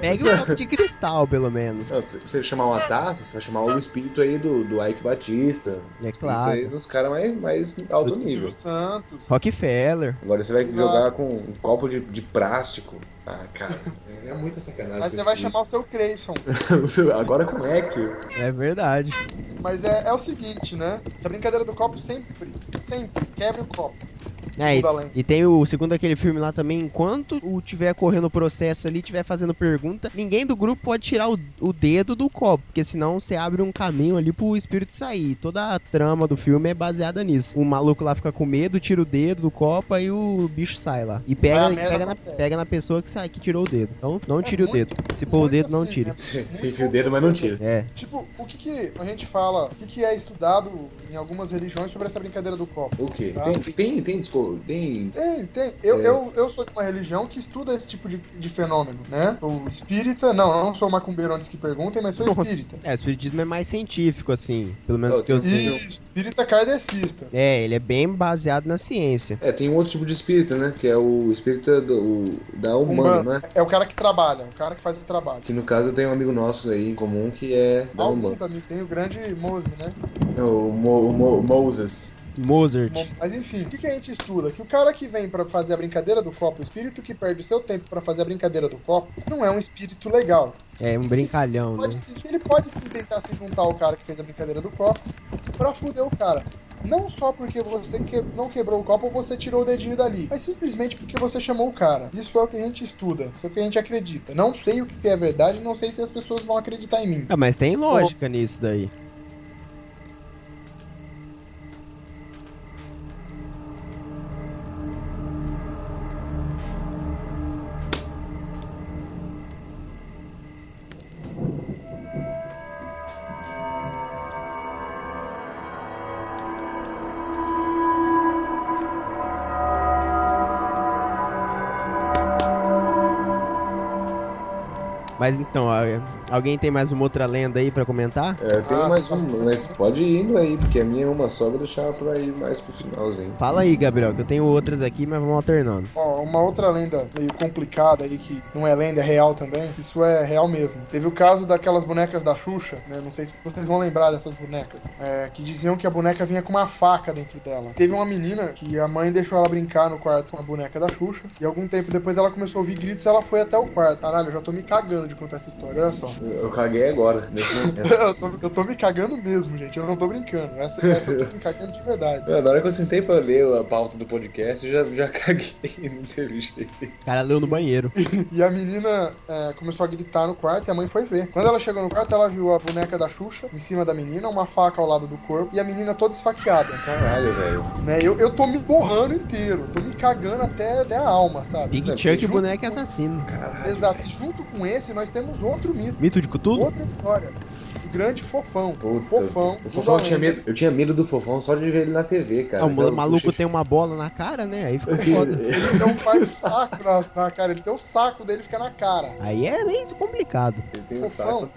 Pega um copo de cristal, pelo menos.
Não, se você chamar uma taça, você vai chamar o espírito aí do, do Ike Batista.
É
espírito
claro.
aí dos caras mais, mais alto nível.
Silvio Santos.
Rockefeller.
Agora você vai
Exato.
jogar com um copo de, de plástico. Ah, cara, é muita sacanagem.
Mas
com
você vai
espírito.
chamar o seu Creyson.
Você- Agora com Echo.
É verdade.
Mas é, é o seguinte, né? Essa brincadeira do copo sempre, sempre quebre o copo.
É, e,
Segundo além.
e tem o segundo aquele filme lá também, enquanto o tiver correndo o processo ali, tiver fazendo pergunta, ninguém do grupo pode tirar o, o dedo do copo, porque senão você abre um caminho ali pro espírito sair. Toda a trama do filme é baseada nisso. O maluco lá fica com medo, tira o dedo do copo e o bicho sai lá. E
Aí
pega,
a é merda
pega, na,
acontece.
pega na pessoa que, sai, que tirou o dedo. Então não
É
tire o
muito- assim, né?
dedo. Se pôr o dedo, não tire.
Você você enfia o dedo, mas não tira.
É.
Tipo, o que que a gente fala, o que que é estudado em algumas religiões sobre essa brincadeira do copo?
O quê? Tem, tem, tem, disco- tem
Tem, tem. Eu,
É.
eu, eu sou de uma religião que estuda esse tipo de, de fenômeno, né? O espírita, não, eu não sou macumbeiro antes que perguntem, mas sou
Nossa.
espírita.
É, o espiritismo é mais científico, assim. Pelo menos
Eu
que eu
tenho-
sei.
E espírita kardecista.
É, ele é bem baseado na ciência.
É, tem um outro tipo de espírita, né? Que é o espírita do, o- da Umbanda,
Umbanda.
né?
É o cara que trabalha, o cara que faz o trabalho.
Que no caso eu tenho um amigo nosso aí em comum que é da
Alguns
Umbanda.
amigos tem o grande Mose, né?
O, Mo, o Mo- Moses.
Mozart.
Bom, Mas enfim, o que, que a gente estuda? Que o cara que vem pra fazer a brincadeira do copo, o espírito que perde o seu tempo pra fazer a brincadeira do copo, não é um espírito legal.
É um brincalhão,
ele
né?
pode, se, ele pode sim tentar se juntar ao cara que fez a brincadeira do copo pra fuder o cara. Não só porque você que- não quebrou o copo ou você tirou o dedinho dali, mas simplesmente porque você chamou o cara. Isso é o que a gente estuda, isso é o que a gente acredita. Não sei o que se é verdade, não sei se as pessoas vão acreditar em mim.
Ah, mas tem lógica nisso daí. Mas então, ah, alguém tem mais uma outra lenda aí pra comentar?
É, eu tenho
Ah,
mais
nossa.
um, mas pode ir indo aí, porque a minha é uma só, vou deixar pra ir mais pro finalzinho.
Fala aí, Gabriel, que eu tenho outras aqui, mas vamos alternando.
Ó, uma outra lenda meio complicada aí, que não é lenda, é real também. Isso é real mesmo. Teve o caso daquelas bonecas da Xuxa, né? Não sei se vocês vão lembrar dessas bonecas. é, que diziam que a boneca vinha com uma faca dentro dela. Teve uma menina que a mãe deixou ela brincar no quarto com a boneca da Xuxa. E algum tempo depois ela começou a ouvir gritos e ela foi até o quarto. Caralho, eu já tô me cagando de contar essa história, olha só.
Eu, eu caguei agora, nesse momento.
Eu tô, eu tô me cagando mesmo, gente. Eu não tô brincando. Essa, essa eu tô me cagando de verdade.
Mano, na hora que eu sentei pra ler a pauta do podcast, eu já, já caguei, não teve jeito.
O cara leu no banheiro.
E a menina é, começou a gritar no quarto e a mãe foi ver. Quando ela chegou no quarto, ela viu a boneca da Xuxa em cima da menina, uma faca ao lado do corpo e a menina toda esfaqueada, Então,
Caralho, velho.
né? Eu, eu tô me borrando inteiro, tô me cagando até, até a alma, sabe?
Big Chuck, o
junto
boneco
com-
assassino.
Exato. E junto com esse, nós temos outro mito,
Mito de Cthulhu?
outra história. O grande fofão.
Puta.
O fofão.
O Fofão
diz a
tinha
lenda.
medo, eu tinha medo do Fofão só de ver ele na TV, cara.
Ah, o
Aquelas
maluco
buchas-
tem uma bola na cara, né? Aí fica foda.
Ele tem um par de saco na, na cara, ele tem o saco dele fica na cara.
Aí é meio complicado.
Ele tem um
Fofão.
saco,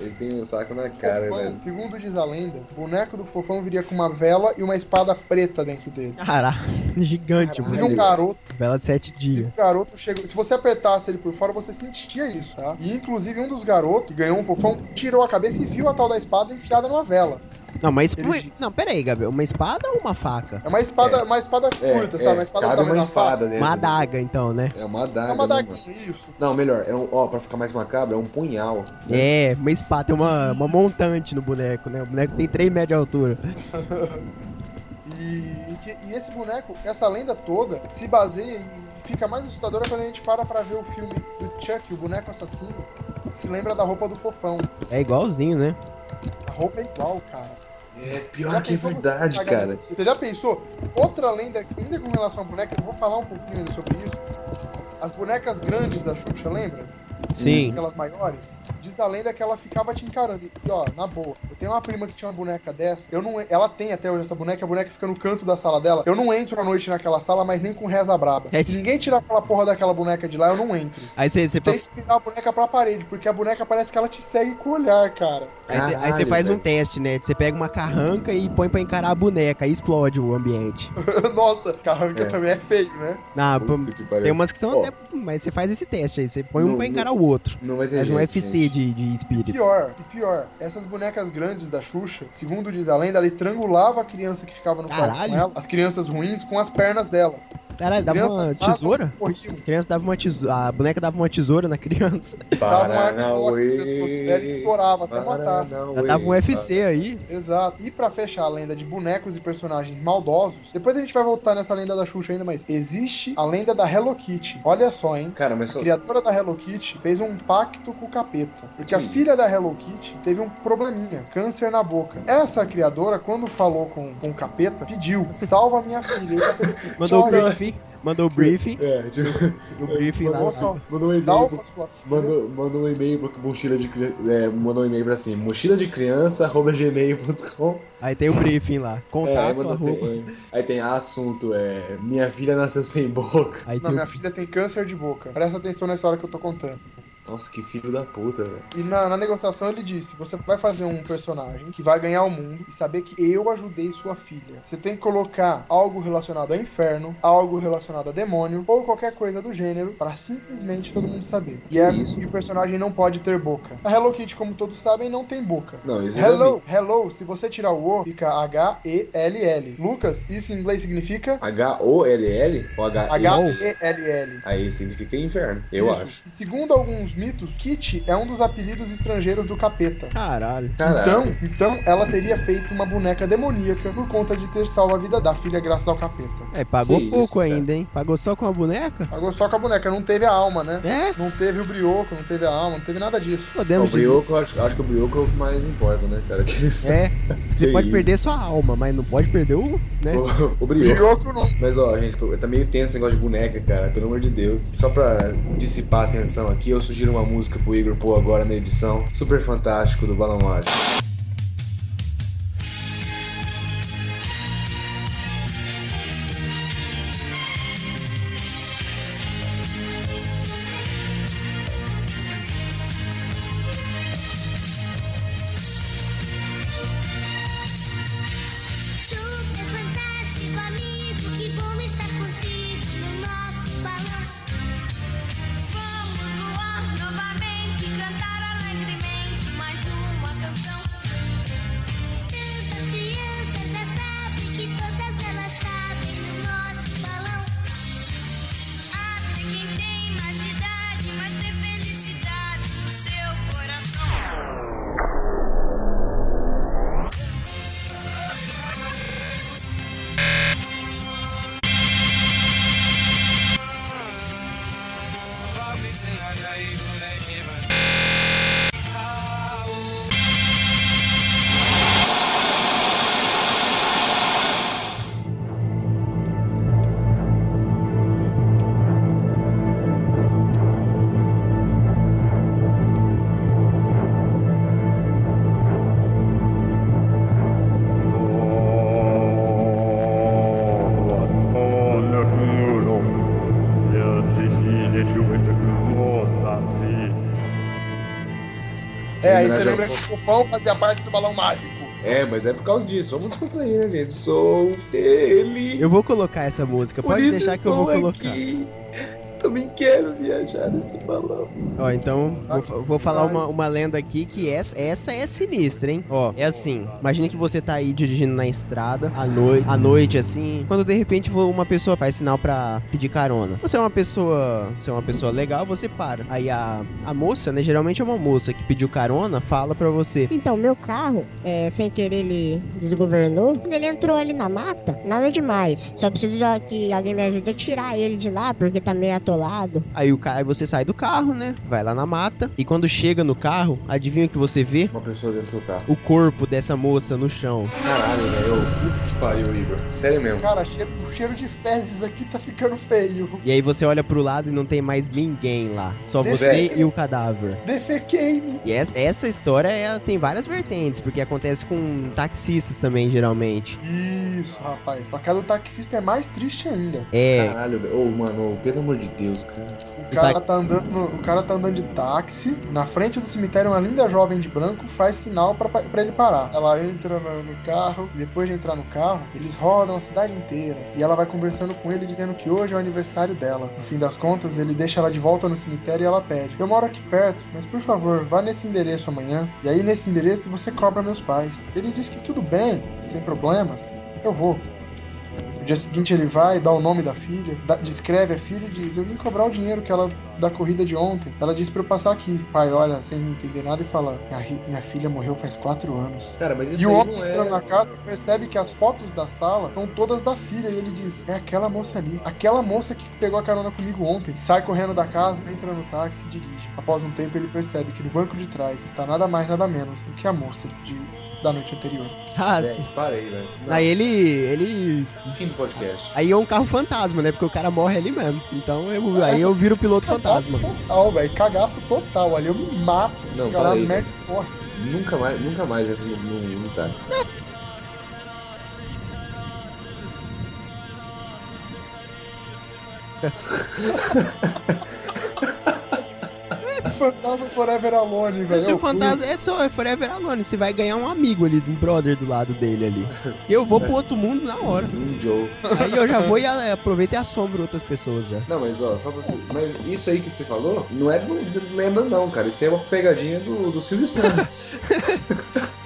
ele tem um saco na cara,
Fofão,
velho.
segundo diz a lenda, o boneco do fofão viria com uma vela e uma espada preta dentro dele.
Caraca, gigante,
Se
mano.
um garoto,
Vela de sete
se
dias.
um garoto chegou, se você apertasse ele por fora, você sentia isso, tá? E inclusive um dos garotos que ganhou um fofão, tirou a cabeça e viu a tal da espada enfiada numa vela.
Não, mas.
Ele
foi-
disse.
Não, pera aí, Gabriel. Uma espada ou uma faca?
É uma espada,
É.
uma espada curta, sabe? Uma espada do
cabe
tamanho
uma
da faca.
espada nessa.
Uma adaga, então, né?
É uma
É
adaga.
uma
né,
daguinha,
mano?
isso.
Não, melhor, é um, ó, pra ficar mais macabro, é um punhal.
É, uma espada. Tem uma, uma montante no boneco, né? O boneco tem 3 metros de altura.
E, e que- e esse boneco, essa lenda toda, se baseia e fica mais assustadora quando a gente para pra ver o filme do Chuck, o boneco assassino, se lembra da roupa do fofão.
É igualzinho, né?
A roupa é igual, cara.
É,
Já
pior que é
pensou você se
verdade,
cagar
cara.
dentro? Você já pensou? Outra lenda, ainda com relação à boneca, eu vou falar um pouquinho ainda sobre isso. As bonecas grandes da Xuxa, lembra?
Sim.
Aquelas maiores. Diz a lenda que ela ficava te encarando. E, ó, na boa, eu tenho uma prima que tinha uma boneca dessa. Eu não, ela tem até hoje essa boneca, a boneca fica no canto da sala dela. Eu não entro à noite naquela sala, mas nem com reza braba.
É.
Se ninguém tirar aquela porra daquela boneca de lá, eu não entro.
Aí você, você,
Tem que virar a boneca pra parede, porque a boneca parece que ela te segue com o olhar, cara.
aí você- aí você
Caralho,
faz um
velho.
teste, né? Você pega uma carranca e põe pra encarar a boneca, aí explode o ambiente.
Nossa, carranca
É.
também é feio, né?
Na,
Puta que pariu.
tem umas que são
Ó.
até. Mas você faz esse teste aí, você põe um
No-
pra
no-
encarar o outro.
Não vai ter
Faz um
jeito,
FC
gente.
de, de espírito.
Pior, e pior, essas bonecas grandes da Xuxa, segundo diz a lenda, ela estrangulava a criança que ficava no quarto
Caralho.
com ela, as crianças ruins, com as pernas dela.
Caralho, dava
Criança
uma
passa,
tesoura?
corriam.
A criança dava uma tesoura. A boneca dava uma tesoura na criança.
Dava um arco no pescoço dela e
Paranauê.
estourava até matar.
Ela
Ela dava um UFC aí.
Exato. E pra fechar a lenda de bonecos e personagens maldosos, depois a gente vai voltar nessa lenda da Xuxa ainda, mas existe a lenda da Hello Kitty. Olha só, hein?
Cara, mas
A
só...
criadora da Hello Kitty fez um pacto com o capeta, porque a
Que
filha
isso?
da Hello Kitty teve um probleminha, câncer na boca. Essa criadora, quando falou com, com o capeta, pediu, salva minha filha. E o capeta disse,
Mandou o
"Olha,
briefing. Mandou o briefing.
É, tipo,
O briefing lá.
mandou,
só.
mandou um e-mail,
salva sua filha."
mandou, mandou um e-mail pra mochila de cri- é, mandou um e-mail pra assim, mochila de criança, arroba gmail.com.
Aí tem o briefing lá.
É, aí,
Contato,
mandou assim,
arroba.
é, aí tem assunto, é, minha filha nasceu sem boca.
Aí
Não,
tem o...
minha filha tem câncer de boca. Presta atenção na história que eu tô contando.
Nossa, que filho da puta, velho.
E na, na negociação ele disse: você vai fazer um personagem que vai ganhar o mundo e saber que eu ajudei sua filha. Você tem que colocar algo relacionado a inferno, algo relacionado a demônio ou qualquer coisa do gênero pra simplesmente todo mundo saber. E, é, e o personagem não pode ter boca. A Hello Kitty, como todos sabem, não tem boca.
Não, isso eu já
Hello, hello, se você tirar o O, fica H-E-L-L. Lucas, isso em inglês significa
vi. H-O-L-L ou H-E-L?
H-E-L-L.
Aí significa inferno, eu
Isso.
acho.
E Segundo alguns mitos, Kitty é um dos apelidos estrangeiros do capeta.
Caralho.
Caralho.
Então, então ela teria feito uma boneca demoníaca por conta de ter salvo a vida da filha graças ao capeta.
É, pagou
Que isso,
pouco
cara.
ainda, hein? Pagou só com a boneca?
Agora só que a boneca não teve a alma, né?
É?
Não teve o brioco, não teve a alma, não teve nada disso.
o
Podemos dizer.
brioco, eu acho, acho que o brioco é o que mais importa, né, cara? Que eles-
É, você
Que
pode
isso.
perder sua alma, mas não pode perder o. né?
O, o brioco.
Brioco não.
Mas ó, gente, pô, tá meio tenso esse negócio de boneca, cara, pelo amor de Deus. Só pra dissipar a tensão aqui, eu sugiro uma música pro Igor pôr agora na edição Super Fantástico do Balão Mágico.
Super fantástico amigo, que bom estar contigo no nosso balão. Vamos voar novamente, cantar alegremente mais uma canção. Tantas crianças já sabem que todas elas cabem no nosso balão. Até quem tem mais idade, mas tem felicidade no seu coração.
É, aí
Homenagem
você
ao
lembra que o
Fofo.
Fofão fazia parte do balão mágico.
É, mas é por causa disso. Vamos descontrair, né, gente? Sou feliz.
Eu vou colocar essa música, pode deixar que eu vou colocar.
aqui. Também quero viajar nesse balão.
Ó, então, vou, fa- vou falar uma, uma lenda aqui que essa, essa é sinistra, hein? Ó, é assim, imagina que você tá aí dirigindo na estrada, à noite, à noite assim, quando de repente vo- uma pessoa faz sinal pra pedir carona. Você é uma pessoa, você é uma pessoa legal, você para. Aí a, a moça, né, geralmente é uma moça que pediu carona, fala pra você,
Então, meu carro, é, sem querer, ele desgovernou. Quando Ele entrou ali na mata, nada demais. Só preciso já que alguém me ajude a tirar ele de lá, porque tá meio atolado.
aí o ca- aí você sai do carro, né, vai lá na mata, e quando chega no carro, adivinha o que você vê?
Uma pessoa dentro do carro.
O corpo dessa moça no chão.
Caralho, velho. Puta que pariu, Igor. Sério mesmo.
Cara, cheiro- o cheiro de fezes aqui tá ficando feio.
E aí você olha pro lado e não tem mais ninguém lá. Só
Desse-
você e o cadáver.
Defequei-me.
E essa, essa história ela tem várias vertentes, porque acontece com taxistas também, geralmente.
Isso, rapaz. A casa do taxista é mais triste ainda.
É,
Caralho, velho. Ô, mano, ô, pelo amor de Deus, cara.
O cara tá andando, no- o cara tá andando de táxi, na frente do cemitério uma linda jovem de branco faz sinal pra- pra ele parar. Ela entra no, no carro, e depois de entrar no carro, eles rodam a cidade inteira e ela vai conversando com ele dizendo que hoje é o aniversário dela. No fim das contas, ele deixa ela de volta no cemitério e ela pede: "Eu moro aqui perto, mas por favor, vá nesse endereço amanhã e aí nesse endereço você cobra meus pais". Ele diz que tudo bem, sem problemas. Eu vou. No dia seguinte ele vai, dá o nome da filha, dá- descreve a filha e diz: Eu vim cobrar o dinheiro que ela da corrida de ontem. Ela disse pra eu passar aqui. O pai olha sem entender nada e fala: Minha, ri- minha filha morreu faz quatro anos.
Cara, mas
E
isso
o
aí
homem
não
entra na
é.
casa e percebe que as fotos da sala são todas da filha. E ele diz: É aquela moça ali. Aquela moça que pegou a carona comigo ontem. Sai correndo da casa, entra no táxi e dirige. Após um tempo, ele percebe que no banco de trás está nada mais, nada menos do que a moça de, da noite anterior.
Ah, sim.
Velho, para aí, velho. é, Não,
Aí ele. ele.
Fim do podcast.
Aí é um carro fantasma, né? Porque o cara morre ali mesmo. Então eu, aí eu viro o piloto fantasma.
Cagaço total, velho. Cagaço total. Ali eu me mato.
Não, né?
Cara,
peraí,
Max corre.
Nunca mais, nunca mais entra no, no, no táxi.
Fantasma Forever Alone, velho.
Esse
Eu
o fantasma é só, é Forever Alone. Você vai ganhar um amigo ali, um brother do lado dele ali. E eu vou pro outro mundo na hora.
Um Joe.
Aí eu já vou e a- aproveito e assombro outras pessoas né? já.
Não, mas ó, só você. Mas isso aí que você falou não é do, do Lembra, não, cara. Isso aí é uma pegadinha do, do Silvio Santos.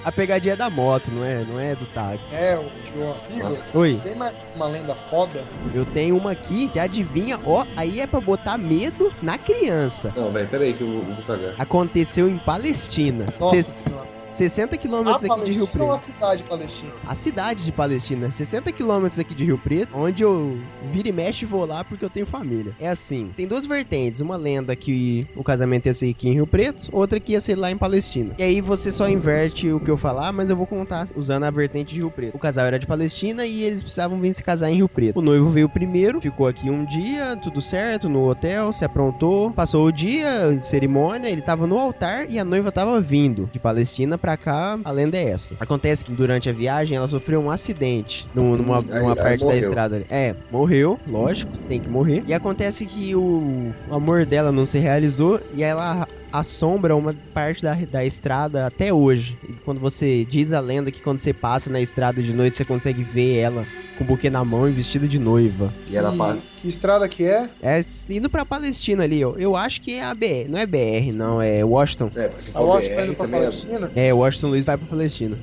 A pegadinha é da moto, não é? Não é do táxi.
fui- É, o Igor. Igor,
Nossa.
Oi,
tem mais uma lenda foda?
eu tenho uma aqui que adivinha, ó, aí é pra botar medo na criança.
Não, velho, peraí que eu, vou- eu vou cagar.
Aconteceu em Palestina.
Nossa
Ses-
senhora.
60
A
quilômetros aqui de Rio
Palestina é uma
Preto.
cidade palestina.
A cidade de Palestina, 60 quilômetros aqui de Rio Preto, onde eu vira e mexe e vou lá porque eu tenho família. É assim, tem duas vertentes, uma lenda que o casamento ia ser aqui em Rio Preto, outra que ia ser lá em Palestina. E aí você só inverte o que eu falar, mas eu vou contar usando a vertente de Rio Preto. O casal era de Palestina e eles precisavam vir se casar em Rio Preto. O noivo veio primeiro, ficou aqui um dia, tudo certo, no hotel, se aprontou, passou o dia de cerimônia, ele tava no altar e a noiva tava vindo de Palestina pra cá, a lenda é essa. Acontece que durante a viagem ela sofreu um acidente num- numa,
Aí-
numa
aí
parte da
morreu.
estrada ali. É, morreu, lógico, tem que morrer. E acontece que o amor dela não se realizou e ela assombra uma parte da, da estrada até hoje. E quando você diz a lenda que quando você passa na estrada de noite, você consegue ver ela com o buquê na mão e vestida de noiva.
E ela para.
que, que estrada que é?
É indo pra Palestina ali, ó. Eu acho que é a BR, não é BR, não, é Washington.
É, porque se
A
for
Washington vai
BR
indo pra
também é.
Palestina?
É, Washington Luiz vai pra Palestina.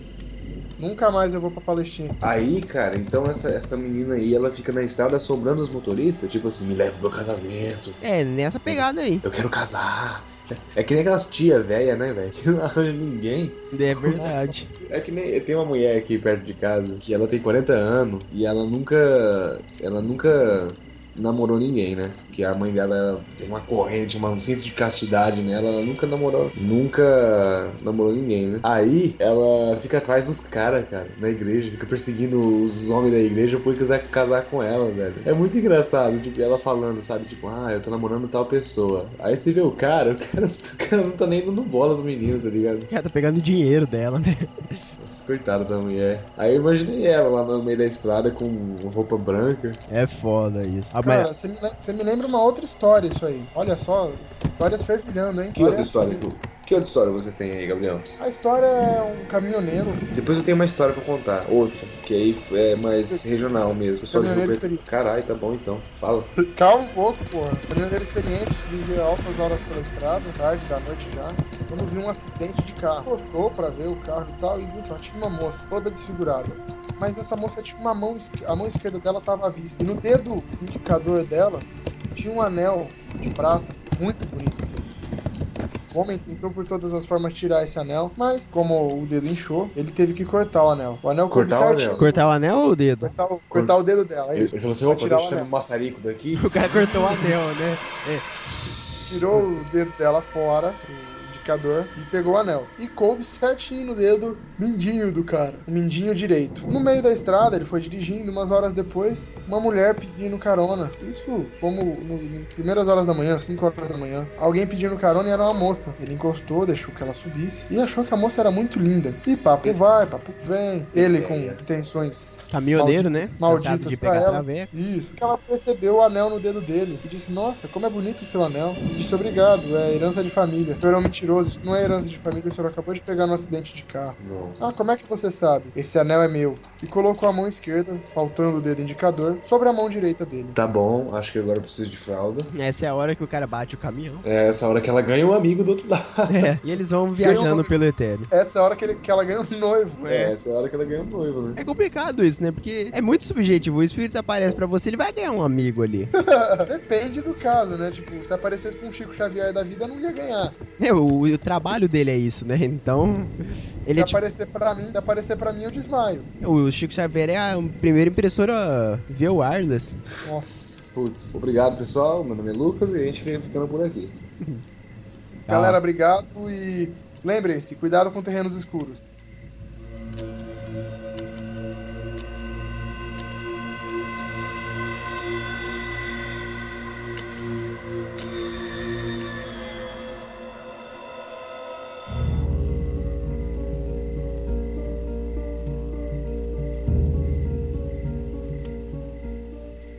Nunca mais eu vou pra Palestina.
Aí, cara, então essa, essa menina aí, ela fica na estrada assombrando os motoristas, tipo assim, me leva pro meu casamento,
É, nessa pegada aí.
eu quero casar. É que nem aquelas tia velha, né, velho, que não arranja ninguém.
É verdade.
É que nem tem uma mulher aqui perto de casa que ela tem 40 anos e ela nunca ela nunca namorou ninguém, né? Que a mãe dela tem uma corrente, uma- um cinto de castidade nela, ela nunca namorou, nunca namorou ninguém, né? Aí ela fica atrás dos caras, cara, na igreja, fica perseguindo os homens da igreja por quiser casar com ela, velho. É muito engraçado, tipo, ela falando, sabe, tipo, ah, eu tô namorando tal pessoa. Aí você vê o cara, o cara, o cara não tá nem dando bola pro menino, tá ligado?
Já tá pegando dinheiro dela, né?
Nossa, coitada da mulher. Aí eu imaginei ela lá no meio da estrada com roupa branca.
É foda isso. Ah, mas-
Cara, você me, le- você me lembra uma outra história isso aí. Olha só, histórias fervilhando, hein?
Que
Olha
outra
essa
história?
aí.
tu- Que outra história você tem aí, Gabriel?
A história é um caminhoneiro,
Depois eu tenho uma história pra contar, outra, que aí é mais regional mesmo. Pessoal de Rio
Caminhoneiro
Preto. Caralho, tá bom então. Fala.
Calma um pouco, porra. Caminhoneiro experiente vivia altas horas pela estrada, tarde da noite já, quando viu um acidente de carro. Cortou pra ver o carro e tal, e viu que ela tinha uma moça, toda desfigurada. Mas essa moça tinha uma mão, esque- a mão esquerda dela tava à vista. E no dedo indicador dela tinha um anel de prata muito bonito. O homem tentou por todas as formas tirar esse anel, mas como o dedo inchou, ele teve que cortar o anel. O anel coube
Cortar o
certinho.
anel?
Cortar o anel ou o dedo?
Cortar, o- cortar o dedo dela. é
Ele
Aí
ele falou assim: opa,
tirar
deixa eu
o
tirar
anel.
meu maçarico daqui.
O cara cortou o anel, né?
tirou o dedo dela fora, o indicador, e pegou o anel. E coube certinho no dedo mindinho do cara, o mindinho direito. No meio da estrada, ele foi dirigindo, umas horas depois, uma mulher pedindo carona. Isso como no- nas primeiras horas da manhã, 5 horas da manhã. Alguém pedindo carona e era uma moça. Ele encostou, deixou que ela subisse e achou que a moça era muito linda. E papo vai, papo vem. Ele com intenções
Caminhoneiro, né?
malditas, malditas
Cansado de
pra
pegar
ela.
traveco.
Isso. Que ela percebeu o anel no dedo dele e disse: Nossa, como é bonito o seu anel. E disse: Obrigado, é herança de família. O herói me tirou mentiroso, isso não é herança de família, o senhor acabou de pegar no acidente de carro.
Nossa.
Ah, como é que você sabe? Esse anel é meu. E colocou a mão esquerda, faltando o dedo indicador, sobre a mão direita dele.
Tá bom, acho que agora eu preciso de fralda.
Essa é a hora que o cara bate o caminhão.
É essa hora que ela ganha um amigo do outro lado.
É, Então, e eles vão viajando
Ganhou-
pelo etéreo.
Essa é a hora que, ele, que ela ganha um noivo.
É, essa é a hora que ela ganha um noivo, né?
É complicado isso, né? Porque é muito subjetivo. O espírito aparece pra você, ele vai ganhar um amigo ali.
Depende do caso, né? Tipo, se aparecesse pra um Chico Xavier da vida, não ia ganhar.
É, o, o trabalho dele é isso, né? Então, ele
se
é tipo,
aparecer pra mim, se aparecer pra mim, eu desmaio.
o Chico Xavier é a primeira impressora via wireless.
Nossa. Putz. Obrigado, pessoal. Meu nome é Lucas e a gente fica ficando por aqui.
Galera, obrigado e lembrem-se, cuidado com terrenos escuros.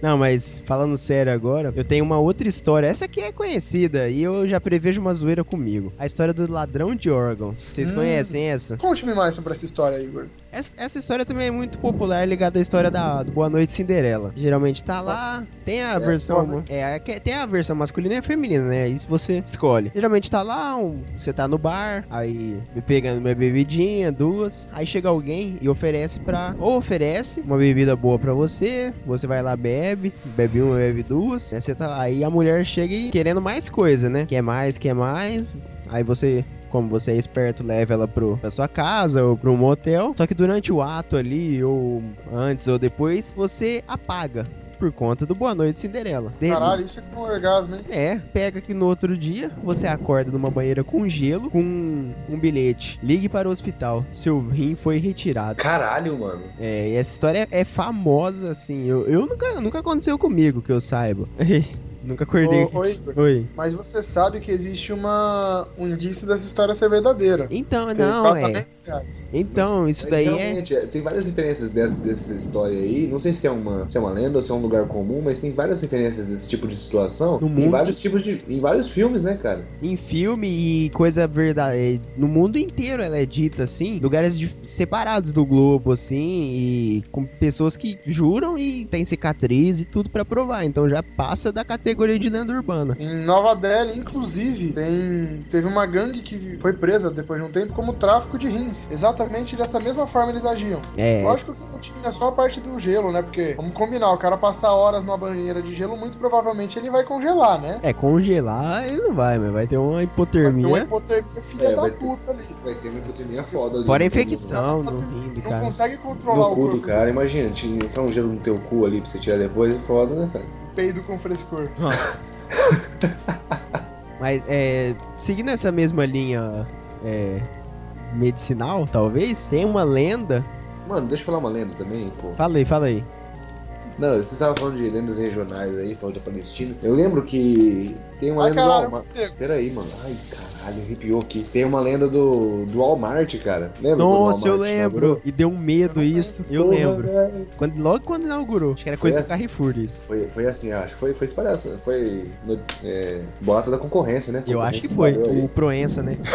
Não, mas falando sério agora, eu tenho uma outra história. Essa aqui é conhecida e eu já prevejo uma zoeira comigo. A história do ladrão de órgãos. Vocês
Hum.
conhecem essa?
Conte-me mais sobre essa história, Igor.
Essa, essa história também é muito popular, ligada à história da do Boa Noite Cinderela. Geralmente tá lá, tem a versão. É, que- tem a versão masculina e a feminina, né? Isso você escolhe. Geralmente tá lá, um- você tá no bar, aí me pegando minha bebidinha, duas. Aí chega alguém e oferece pra. Ou oferece uma bebida boa pra você, você vai lá, bebe, bebe uma, bebe duas. Né? Você tá lá, aí a mulher chega e querendo mais coisa, né? Quer mais, quer mais. Aí você como você é esperto, leva ela pro, pra sua casa ou pro motel. Só que durante o ato ali, ou antes ou depois, você apaga por conta do Boa Noite Cinderela. De-
Caralho, isso é um orgasmo, hein?
É, pega que no outro dia você acorda numa banheira com gelo, com um bilhete. Ligue para o hospital, seu rim foi retirado.
Caralho, mano.
É, e essa história é, é famosa, assim. Eu, eu nunca, nunca aconteceu comigo, que eu saiba. nunca acordei.
Ô, ô, Igor,
Oi.
mas você sabe que existe uma um indício dessa história ser verdadeira.
Então,
Teve
não, é.
vazamentos reais.
Então, isso
Mas
daí é.
realmente, é- tem várias referências dessa, dessa história aí. Não sei se é, uma, se é uma lenda ou se é um lugar comum, mas tem várias referências desse tipo de situação
No
em
mundo.
vários tipos de. em vários filmes, né, cara?
em filme e coisa verdade no mundo inteiro ela é dita assim lugares de- separados do globo assim e com pessoas que juram e tem cicatriz e tudo pra provar então já passa da categoria de lenda urbana
Em Nova Delhi, inclusive, tem, teve uma gangue que foi presa depois de um tempo como tráfico de rins. Exatamente dessa mesma forma eles agiam.
é
Lógico que não tinha só a parte do gelo, né? Porque, vamos combinar, o cara passar horas numa banheira de gelo, muito provavelmente ele vai congelar, né?
é congelar ele não vai mas vai ter uma
Vai ter uma
hipotermia
hipotermia filha
É,
da
vai ter-
puta ali.
Vai ter uma hipotermia foda. ali
fora a
no- né?
infecção no rim do
Não
cara
consegue
No,
controlar o
cu do
corpo
cara, imagina, te entrar um gelo no teu cu ali pra você tirar depois, é foda, né, cara?
do peido com frescor.
Mas é, seguindo essa mesma linha é, medicinal talvez tem uma lenda
Mano, deixa eu falar uma lenda também, pô.
falei falei
Não, vocês estavam falando de lendas regionais aí, falando da Palestina. Eu lembro que tem uma
Ai,
lenda do
caralho,
Walmart.
você. é
Peraí, mano. Ai, caralho, arrepiou aqui. Tem uma lenda do, do Walmart, cara. Lembra quando o
Nossa, eu
Walmart inaugurou?
lembro. E deu um medo isso. Eu
Porra,
lembro.
velho.
Quando, logo quando inaugurou. Acho que era
Foi
coisa do
essa?
Carrefour isso.
Foi, foi assim, eu acho. que Foi, foi espalhação. Foi no, é, boato da concorrência, né?
Eu acho que foi.
Concorrência espalhou
O
aí.
Proença, né?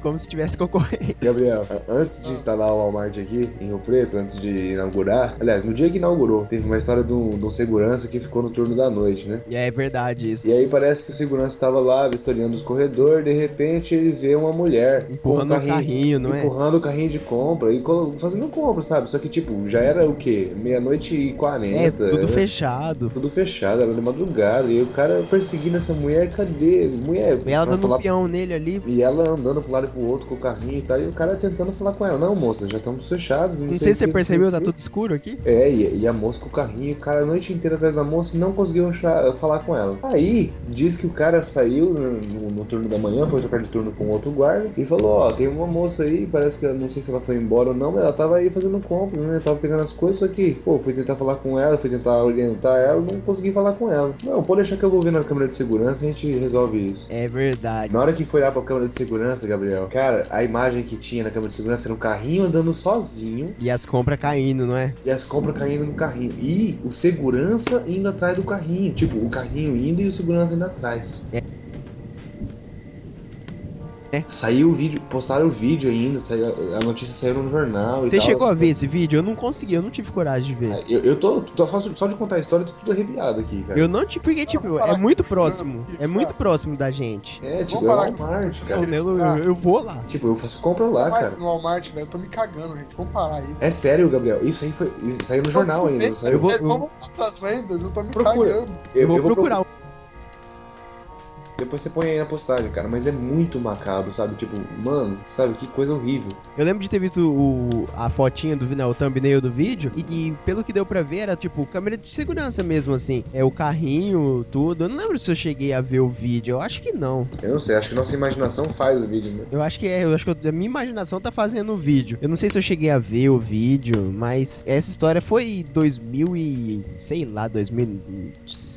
Como se tivesse concorrente.
Gabriel, a- antes de instalar o Walmart aqui em Rio Preto, antes de inaugurar. Aliás, no dia que inaugurou, teve uma história de um, de um segurança que ficou no turno da noite, né?
É verdade isso.
E aí parece que o segurança estava lá vistoriando os corredores, de repente ele vê uma mulher
Empurrando
com um
o carrinho, não é?
empurrando o carrinho de compra e colo- fazendo compra, sabe? Só que tipo, já era o quê? Meia-noite e
É,
quarenta.
tudo
era
fechado.
tudo fechado, era de madrugada. E o cara perseguindo essa mulher, cadê? Mulher,
E ela
pra
dando um peão nele ali.
E ela andando pro lado e pro outro com o carrinho e tal, e o cara tentando falar com ela. Não, moça, já estamos fechados. Não,
Não sei se
o
você
que,
percebeu,
não
tá
sei o
tudo escuro aqui.
que. É, e, e a moça com o carrinho, o cara a noite inteira atrás da moça e não conseguiu achar- falar com ela. Aí, diz que o cara saiu no, no- no turno da manhã, foi trocar de turno com outro guarda e falou: Ó, tem uma moça aí, parece que ela- não sei se ela foi embora ou não, mas ela tava aí fazendo compra, né? Tava pegando as coisas, só que, pô, fui tentar falar com ela, fui tentar orientar ela, não consegui falar com ela. Não, pode deixar que eu vou ver na câmera de segurança e a gente resolve isso.
É verdade.
Na hora que foi lá pra câmera de segurança, Gabriel, cara, a imagem que tinha na câmera de segurança era um carrinho andando sozinho
E as compras caindo, não é?
e as compras caindo no carrinho. E o segurança indo atrás do carrinho. Tipo, o carrinho indo e o segurança indo atrás.
É.
Saiu o vídeo, postaram o vídeo ainda, saiu, a notícia saiu no jornal e
Você
tal. É,
chegou a ver esse vídeo? Eu não consegui, eu não tive coragem de ver.
Eu, eu tô, tô só, só de contar a história, eu tô tudo arrepiado aqui, cara.
Eu não tive, porque, tipo, é muito próximo. É muito próximo da gente.
É, tipo,
Vamos
é
falar
Walmart,
Eu,
cara.
eu- eu vou lá.
Tipo, eu faço compra lá,
Mas
cara.
no Walmart, velho, eu tô me cagando, gente. Vamos parar aí.
É sério, Gabriel. Isso aí foi. Isso saiu no jornal ainda. não Saiu,
eu vou-
Vocês vão voltar pras vendas, eu tô me
Procura.
cagando.
Eu vou, procurar um.
Depois você põe aí na postagem, cara. Mas é muito macabro, sabe? Tipo, mano, sabe? Que coisa horrível.
Eu lembro de ter visto o, a fotinha do né, o thumbnail do vídeo. E, e pelo que deu pra ver, era tipo câmera de segurança mesmo, assim. É o carrinho, tudo. Eu não lembro se eu cheguei a ver o vídeo. Eu acho que não.
Eu não sei, acho que nossa imaginação faz o vídeo, né?
Eu acho que é, eu acho que eu- a minha imaginação tá fazendo o vídeo. Eu não sei se eu cheguei a ver o vídeo, mas essa história foi 2000 e sei lá, 2009,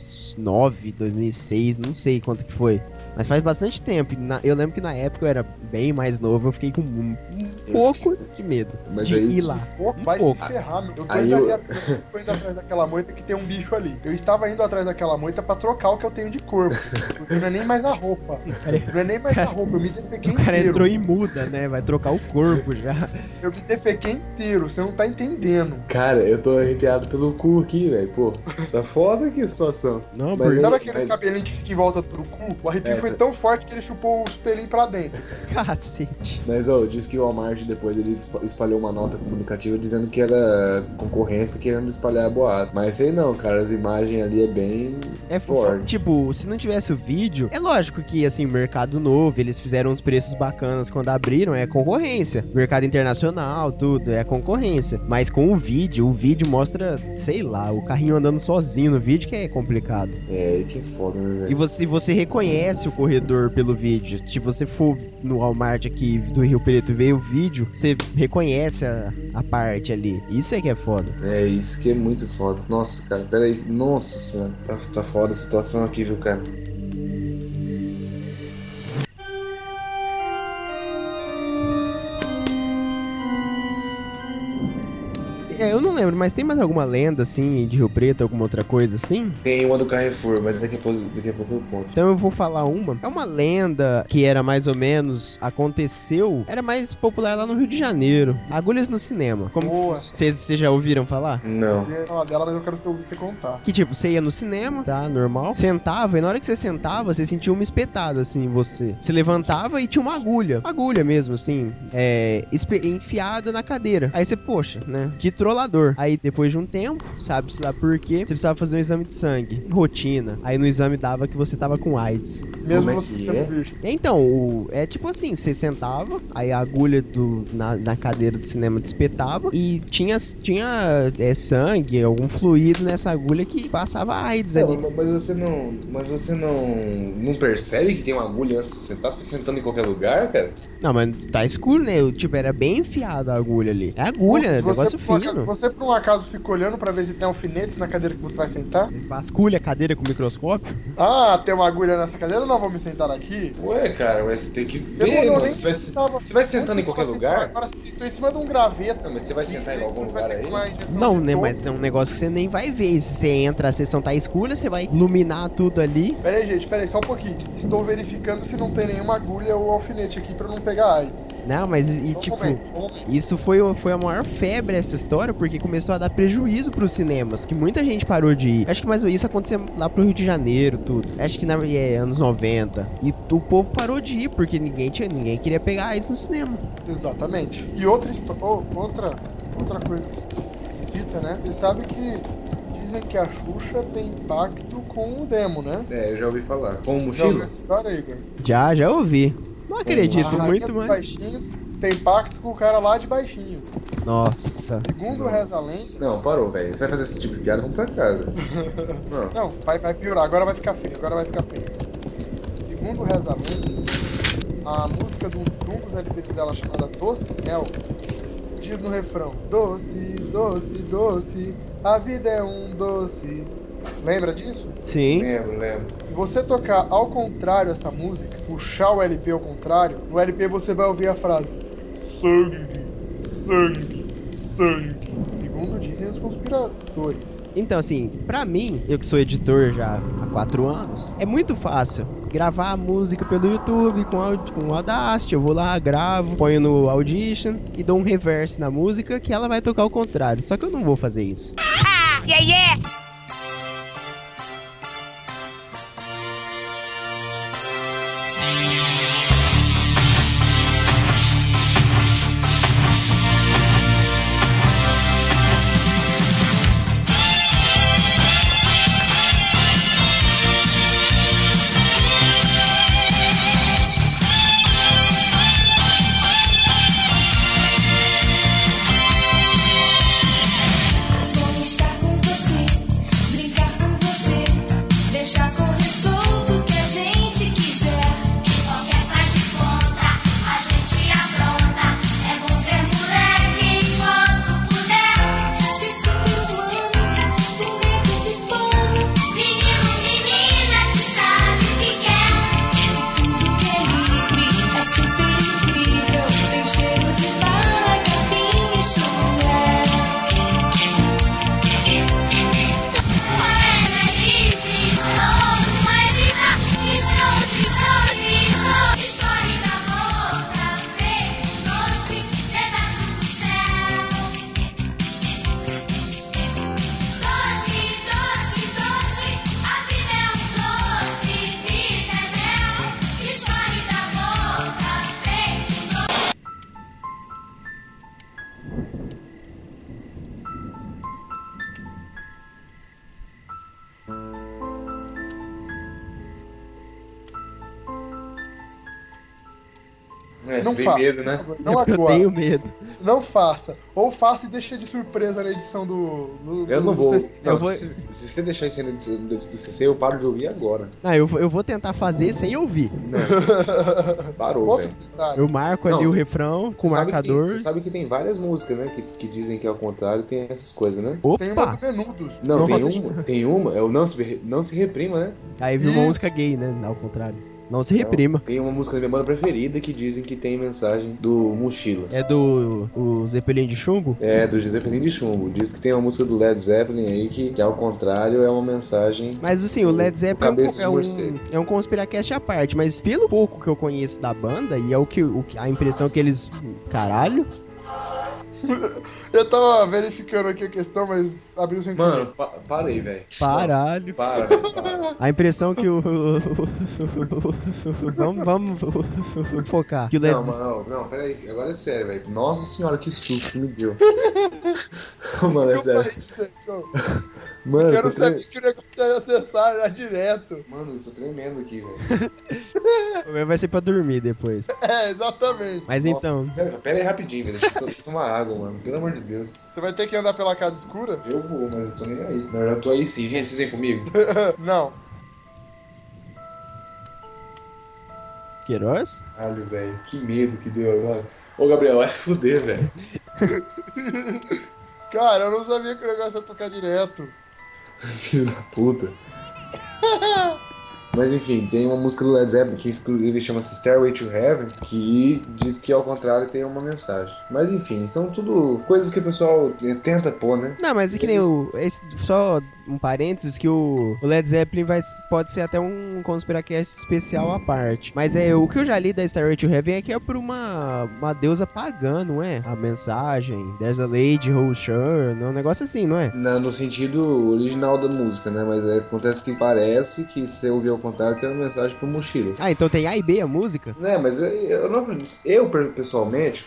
2006, não sei quanto que foi. Mas faz bastante tempo. e na- eu lembro que na época eu era bem mais novo, eu fiquei com um, um
Eu
pouco de medo
Mas
de
aí.
ir lá.
Pô,
Um
vai
pouco.
se ferrar, meu. Eu tô,
Aí
indo,
eu-
ali atrás- eu tô indo atrás daquela moita que tem um bicho ali. Eu estava indo atrás daquela moita pra trocar o que eu tenho de corpo. Porque não é nem mais a roupa. Não é nem mais a roupa. Eu me defequei
O cara
inteiro.
entrou em muda, né? Vai trocar o corpo já.
Eu me defequei inteiro. Você não tá entendendo.
Cara, eu tô arrepiado pelo cu aqui, velho. Pô, tá foda que situação.
Não,
Mas
porque. é
é eu-
Sabe aqueles
mas-
cabelinhos que ficam em volta do cu? O arrepio
É,
foi
tá.
tão forte que ele chupou os pelinhos pra dentro.
Cacete.
Mas, ó, diz que o Walmart depois ele espalhou uma nota comunicativa dizendo que era concorrência querendo espalhar boato. Mas sei não, cara, as imagens ali é bem.
É
Ford.
forte. Tipo, se não tivesse o vídeo, é lógico que, assim, mercado novo, eles fizeram uns preços bacanas quando abriram, é concorrência. Mercado internacional, tudo, é concorrência. Mas com o vídeo, o vídeo mostra, sei lá, o carrinho andando sozinho no vídeo, que é complicado.
É, aí que é foda, né,
E
velho?
você, você reconhece o corredor pelo vídeo. Se você for no Walmart aqui do Rio Preto e ver o vídeo, você reconhece a, a parte ali. Isso é que é foda.
É, isso que é muito foda. Nossa, cara, peraí. Nossa senhora, tá, tá foda a situação aqui, viu, cara?
É, eu não lembro, mas tem mais alguma lenda, assim, de Rio Preto, alguma outra coisa assim?
Tem uma do Carrefour, mas daqui a pouco, daqui a pouco eu conto.
Então eu vou falar uma. É uma lenda que era mais ou menos aconteceu, era mais popular lá no Rio de Janeiro. Agulhas no cinema. Como
Boa.
vocês vocês já ouviram falar?
Não.
Eu ia falar dela, mas eu quero ouvir você contar.
Que tipo, você ia no cinema, tá? Normal. Sentava, e na hora que você sentava, você sentia uma espetada, assim, em você. Se levantava e tinha uma agulha. Agulha mesmo, assim. É. espe- Enfiada na cadeira. Aí você, poxa, né? Que trollador. Aí depois de um tempo, sabe-se lá por quê, você precisava fazer um exame de sangue. Rotina. Aí no exame dava que você tava com AIDS.
Mesmo
é
você
que
sendo
é?
virgem.
Então, o- é tipo assim, você sentava, aí a agulha do, na, na cadeira do cinema despetava e tinha, tinha é, sangue, algum fluido nessa agulha que passava AIDS ali.
Não, mas você não. Mas você não. Não percebe que tem uma agulha antes de sentar? Você tá sentando em qualquer lugar, cara?
Não, mas tá escuro, né? Eu, tipo, era bem enfiada a agulha ali. É agulha,
Se
é negócio
por acaso-
fino.
você por um acaso fica olhando pra ver se tem alfinetes na cadeira que você vai sentar?
Vasculha a cadeira com o microscópio.
Ah, tem uma agulha nessa cadeira? Não, vou me sentar aqui.
Ué, cara, mas você tem que
não
ver,
olhou
mano.
nem
Você vai,
se
se-
tava-
você vai sentando em qualquer lugar?
Agora se tô em cima de um graveto.
Não, mas você vai sentar em algum lugar aí?
Não, né? Mas é um negócio que você nem vai ver. Se você entra, a sessão tá escura, você vai iluminar tudo ali.
Pera aí, gente, pera aí, só um pouquinho. Estou verificando se não tem nenhuma agulha ou alfinete aqui pra não pegar AIDS.
Não, mas e
Só um
tipo.
momento, só um momento.
Isso foi, o- foi a maior febre essa história, porque começou a dar prejuízo pros cinemas, que muita gente parou de ir. Acho que mais isso acontecia lá pro Rio de Janeiro, tudo. Acho que na, é, anos 90. E o povo parou de ir, porque ninguém tinha, ninguém queria pegar AIDS no cinema.
Exatamente. E outra história. outra, outra coisa esquisita, né? Vocês sabem que dizem que a Xuxa tem pacto com o demo, né?
É, eu já ouvi falar. Com
Já ouviu
mochila?
essa história, Igor?
Já, já ouvi. Não acredito,
a rainha
muito
dos
mais.
baixinhos tem pacto com o cara lá de baixinho.
Nossa.
Segundo reza a lenda.
Não, parou, velho. Você vai fazer esse tipo de piada, vamos pra casa. Não.
Não, vai, vai piorar, agora vai ficar feio, agora vai ficar feio. Segundo reza a lenda, a música do, de um dos LPs dela chamada Doce Mel diz no refrão: Doce, doce, doce, a vida é um doce. Lembra disso?
Sim.
Lembro, lembro.
Se você tocar ao contrário essa música, puxar o LP ao contrário, no LP você vai ouvir a frase: Sangue, sangue, sangue. Segundo dizem os conspiradores.
Então, assim, pra mim, eu que sou editor já há quatro anos, é muito fácil gravar a música pelo YouTube com, aud- com Audacity. Eu vou lá, gravo, ponho no Audition e dou um reverse na música que ela vai tocar ao contrário. Só que eu não vou fazer isso.
Bom estar com você, brincar com você, deixar correr solto o que a gente quiser. Em qualquer faz de conta, a gente apronta. É bom ser moleque enquanto puder. Se sinto humano, com medo de pano. Menino, menina que sabe o que quer. Tudo que é livre é super incrível. Tem cheiro de bala, capim e chulé.
É,
Não
você tem
faça.
medo, né?
Não
É porque eu
agora.
tenho medo.
Não faça. Ou faça e deixa de surpresa na edição do. do-
Eu
do-
não
do
vou.
CC.
Não,
eu vou-
Se, se você deixar isso aí dentro do, dentro do CC, eu paro de ouvir agora.
Não, Ah, eu, vou- eu vou tentar fazer sem ouvir.
Parou,
Outro
velho.
detalhe.
Eu marco ali
Não.
o refrão com o
Sabe que tem-
marcador.
Você sabe que tem várias músicas, né? Que, que dizem que ao contrário tem essas coisas, né?
Tem uma
Opa!
do Menudos.
Não,
Não
tem
faça
uma, tem uma, é o não se, Re- não se reprima, né?
Aí viu uma
Isso.
música gay, né? Ao contrário. Não se reprima.
Tem uma música da minha banda preferida que dizem que tem mensagem do Mochila.
É do o Zeppelin de chumbo?
É, do José Zeppelin de Chumbo. Diz que tem uma música do Led Zeppelin aí que, que ao contrário é uma mensagem.
Mas assim, o Led
O
Zeppelin
Cabeça de
é um, é um,
Morcego.
é um conspiracast à parte, mas pelo pouco que eu conheço da banda, e é o que, o que- a impressão que eles. Caralho!
Eu tava verificando aqui a questão, mas abriu sem
Mano, pa para aí, velho.
Caralho!
Para, velho, para.
A impressão que o. vamos, vamos focar. Que o Led
Não, mano, não, não, pera aí. Agora é sério, velho. Nossa senhora, que susto que me deu. mano, é
Desculpa
sério.
aí, gente, eu-
Mano, eu
Eu
tô
não
tre...
sabia que o negócio era acessar era direto.
mano, eu tô tremendo aqui, velho.
Zeppelin vai ser pra dormir depois.
É, exatamente.
Mas então.
Nossa, Pera, pera aí rapidinho, velho. Deixa eu to- tomar água, mano. Pelo amor de Deus.
Você vai ter que andar pela casa escura?
Eu vou, mas eu tô nem aí. Na verdade, eu tô aí sim. Gente, vocês vêm comigo?
Não.
Queiroz?
Caralho, velho. Que medo que deu agora. Ô, Gabriel, vai se fuder, velho.
Cara, eu não sabia que o negócio ia tocar direto.
Filho da puta. Mas enfim, tem uma música do Led Zeppelin que inclusive chama-se Stairway to Heaven, que diz que ao contrário tem uma mensagem. Mas enfim, são tudo coisas que o pessoal tenta pôr, né?
Não, mas é que nem o. esse- só um parênteses que o, o Led Zeppelin vai, pode ser até um conspiracast especial à parte. Mas é o que eu já li da Star to Heaven é que é por uma, uma deusa pagã, não é? A mensagem. There's a Lady Who Sure. não é Um negócio assim, não é?
Na- no sentido original da música, né? Mas é, acontece que parece que se eu ouvir ao contrário tem uma mensagem pro mochila.
Ah, então tem A e B a música?
Né, mas eu, eu, não- eu, per- pessoalmente,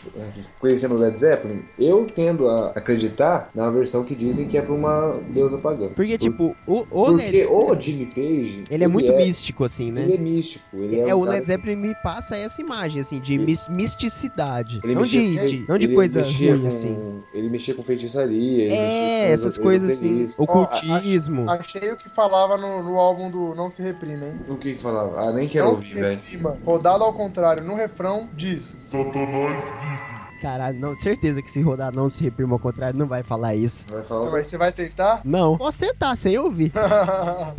conhecendo o Led Zeppelin, eu tendo a acreditar na versão que dizem que é pra uma deusa pagã.
Porque, tipo,
Por-
o, o Led
Porque
Zeppelin,
o Jimmy Page.
ele é muito místico, assim,
Ele
né?
é místico. Ele é,
É,
um
o
cara-
Led Zeppelin me passa essa imagem, assim, de
Ele-
mis- misticidade.
ele
Não
mexia-
de, de- não de
ele
coisa
mexia
ruim,
com-
assim.
Ele mexia com feitiçaria. ele mexia
É,
com
essas coisas assim.
esoterismo.
Ocultismo.
Achei o que falava no, no álbum do Não Se Reprima, hein?
O que que falava? Ah, nem quero
não
ouvir,
se
velho.
reprima. Rodado ao contrário, no refrão, diz.
Caralho, não, certeza que se rodar não se reprima ao contrário, não vai falar isso.
Vai falar outra
Mas você vai tentar?
Não. Posso tentar, sem ouvir.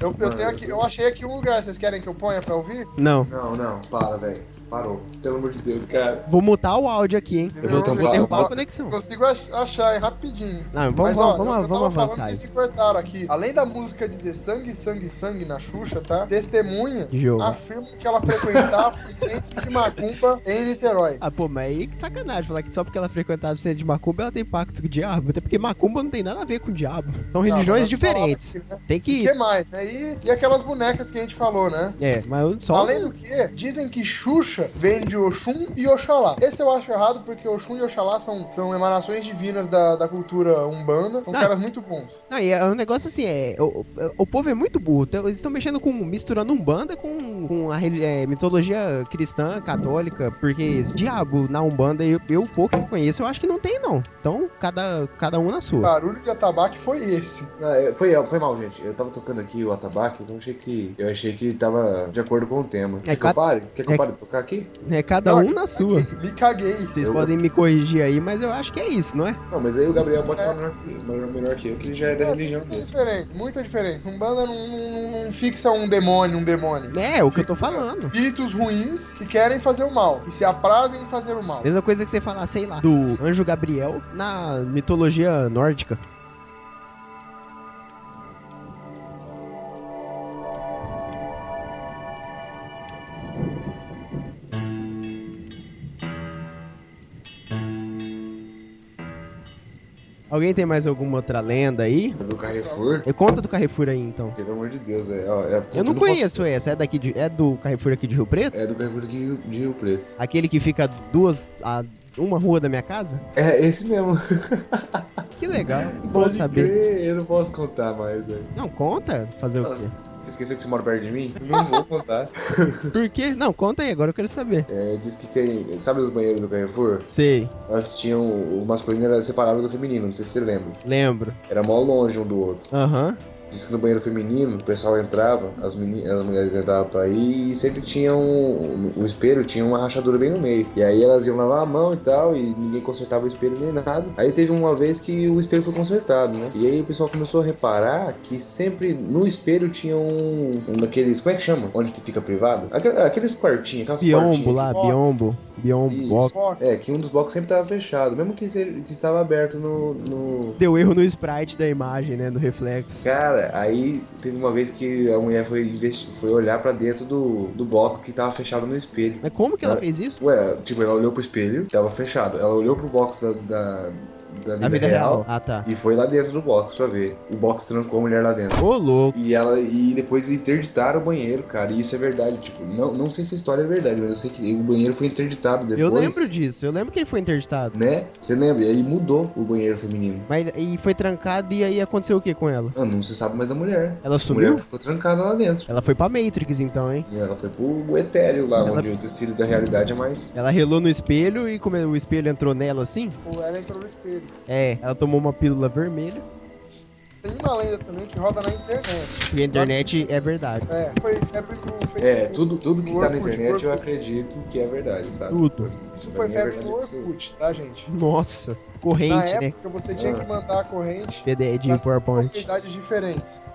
eu, eu tenho aqui, eu achei aqui um lugar, vocês querem que eu ponha pra ouvir?
Não.
Não, não, para, velho. Parou. Pelo amor de Deus, cara.
Vou mutar o áudio aqui, hein?
Eu vou tampar.
derrubar a
Eu
conexão.
Consigo ach- achar, é rapidinho.
Não, vamos,
Mas,
vamos,
ó,
vamos,
eu- eu
vamos
tava
avançar
Falando,
aí.
vocês me cortaram aqui. Além da música dizer sangue, sangue, sangue na Xuxa, tá? Testemunha
Que jogo.
afirma que ela frequentava o centro de Macumba em Niterói.
Ah, pô, mas aí que sacanagem falar que só porque ela frequentava o centro de Macumba ela tem pacto com o diabo. Até porque Macumba não tem nada a ver com o diabo. São religiões diferentes.
assim,
O
Tem que.
que mais? né? assim, E, e aquelas bonecas que a gente falou, né?
É, mas eu só.
Além do que, dizem que Xuxa vem de Oxum e Oxalá. Esse eu acho errado, porque Oxum e Oxalá são, são emanações divinas da, da cultura umbanda. São
Ah.
caras muito bons.
Não, e é um negócio assim, é. O, o- o povo é muito burro. Então, Eles estão mexendo com. misturando Umbanda com, com a reli- é, mitologia cristã, católica. Porque esse diabo na Umbanda, eu, eu pouco que conheço, eu acho que não tem, não. Então, cada, cada um na
O
sua.
barulho de atabaque foi esse.
Ah, é, Foi, foi mal, gente. Eu tava tocando aqui o atabaque, então achei que. Eu achei que tava de acordo com o tema.
É,
Quer que eu
cada-
pare? Quer que
é-
eu pare de tocar aqui?
É cada um na sua.
Me caguei. É,
Vocês
Eu-
podem me corrigir aí, mas eu acho que é isso, não é?
Não, mas aí o Gabriel pode falar melhor, melhor, melhor que eu, que ele já é da religião
Muita
dele.
diferença, muita diferença. Umbanda não, não, não fixa um demônio, um demônio.
É, o que eu tô falando.
Espíritos ruins que querem fazer o mal, que se aprazem em fazer o mal.
Mesma coisa que você falar, sei lá, do anjo Gabriel na mitologia nórdica. Alguém tem mais alguma outra lenda aí?
É Do Carrefour?
Eu conta do Carrefour aí então.
Pelo amor de Deus, é. ó, é-
Eu não
posso-
conheço essa, é daqui de, é do Carrefour aqui de Rio Preto?
É do Carrefour de Rio, de Rio Preto.
Aquele que fica duas a uma rua da minha casa?
É esse mesmo.
Que legal. Bom
Pode
saber.
crer, eu não posso contar mais, velho.
Não, conta. Fazer o quê?
Você esqueceu que você mora perto de mim? Não vou contar.
Por quê? Não, conta aí, agora eu quero saber.
É, diz que tem. Sabe os banheiros do Carrefour?
Sei,
Antes tinham. O masculino era separado do feminino, não sei se você lembra.
lembro.
Era mó longe um do outro.
Aham.
Diz que no banheiro feminino o pessoal entrava, as, meni- as mulheres entravam pra ir e sempre tinha um. O espelho tinha uma rachadura bem no meio. E aí elas iam lavar a mão e tal, e ninguém consertava o espelho nem nada. Aí teve uma vez que o espelho foi consertado, né? E aí o pessoal começou a reparar que sempre no espelho tinha um. um daqueles. Como é que chama? Onde tu fica privado? Aquel- Aqueles quartinhos, aquelas
Biombo
portinhas.
lá,
box.
biombo. Biombo,
Isso.
box.
É, que um dos blocos sempre tava fechado, mesmo que, se- que estava aberto no- no,
Deu erro no sprite da imagem, né? Do reflexo.
Cara, aí teve uma vez que a mulher foi, investi- foi olhar pra dentro do, do bloco que tava fechado no espelho.
Mas como que ela
Não.
fez isso?
Ué, tipo, ela olhou pro espelho, tava fechado. Ela olhou pro box da, da, da vida,
Na vida
real,
real. Ah, tá.
e foi lá dentro do box pra ver. O box trancou a mulher lá dentro.
Ô, louco.
E ela e depois interditaram o banheiro, cara. E isso é verdade. Tipo, não, não sei se a história é verdade, mas eu sei que o banheiro foi interditado depois.
Eu lembro disso, eu lembro que ele foi interditado.
Né? Você lembra? E aí mudou o banheiro feminino.
Mas e foi trancado e aí aconteceu o que com ela?
Ah, não se sabe mais da
Ela
mulher. A mulher
sumiu?
ficou trancada lá dentro.
Ela foi pra Matrix então, hein?
E ela foi pro etéreo lá,
Ela-
onde o tecido da realidade é mais.
Ela relou no espelho e como é, o espelho entrou nela assim?
Pô, ela entrou no espelho.
É, ela tomou uma pílula vermelha.
Tem uma lenda também que roda na internet.
E a internet é verdade.
É, foi febre no Facebook.
É, tudo, tudo que tá na
Orkut,
internet eu
Orkut.
acredito que é verdade, sabe?
Tudo.
Isso
Pra
foi
mim é
febre
verdade
no
absoluta.
Orkut, tá, gente?
Nossa, corrente,
na
né?
época você tinha que mandar a corrente
PDE
pra
de
cinco
PowerPoint.
comunidades diferentes.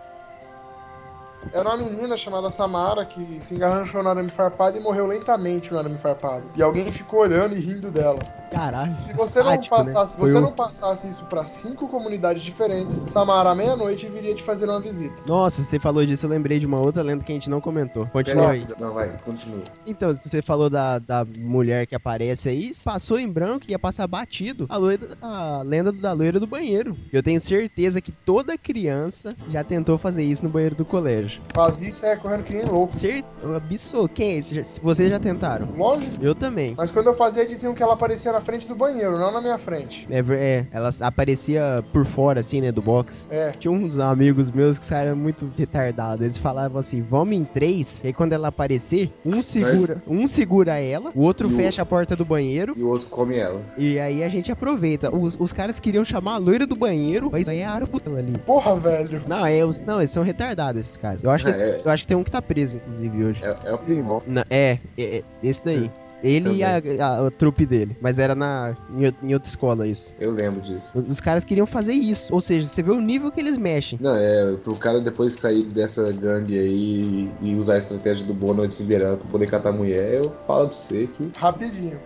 Era uma menina chamada Samara que se engarranchou no arame farpado e morreu lentamente no arame farpado. E alguém ficou olhando e rindo dela.
Caralho.
Se você não
sádico, né?
passasse, se
Foi
você
um-
não passasse isso pra cinco comunidades diferentes, Samara à meia-noite viria te fazer uma visita.
Nossa, você falou disso, eu lembrei de uma outra lenda que a gente não comentou. Continua aí.
Pera- Não, vai, continua.
Então, você falou da, da mulher que aparece aí, passou em branco e ia passar batido a, loira- a lenda da loira do banheiro. Eu tenho certeza que toda criança já tentou fazer isso no banheiro do colégio.
Fazia isso é correndo que nem louco.
Cer... Absurdo. Quem é esse? Já- Vocês já tentaram?
Longe.
Eu também.
Mas quando eu fazia, diziam que ela aparecia na frente do banheiro, não na minha frente.
É, ver- é, ela aparecia por fora, assim, né, do box.
É,
Tinha uns amigos meus que saíram muito retardados. Eles falavam assim: vamos em três. E aí, quando ela aparecer, um segura, um segura ela, o outro
E o-
fecha a porta do banheiro.
E o outro come ela.
E aí a gente aproveita. Os, os caras queriam chamar a loira do banheiro, mas aí é a árvore ali.
porra, velho.
Não, é, os, não, eles são retardados, esses caras. Eu acho, que,
É,
eu acho que tem um que tá preso, inclusive, hoje.
É, é o primo.
Não, é, é, é, esse daí. Ele e
Também.
a, a- a trupe dele. Mas era na, em, o- em outra escola isso.
Eu lembro disso.
Os caras queriam fazer isso. Ou seja, você vê o nível que eles mexem.
Não, é, pro cara depois sair dessa gangue aí e usar a estratégia do Bono de Cinderela pra poder catar mulher, eu falo pra você que.
Rapidinho.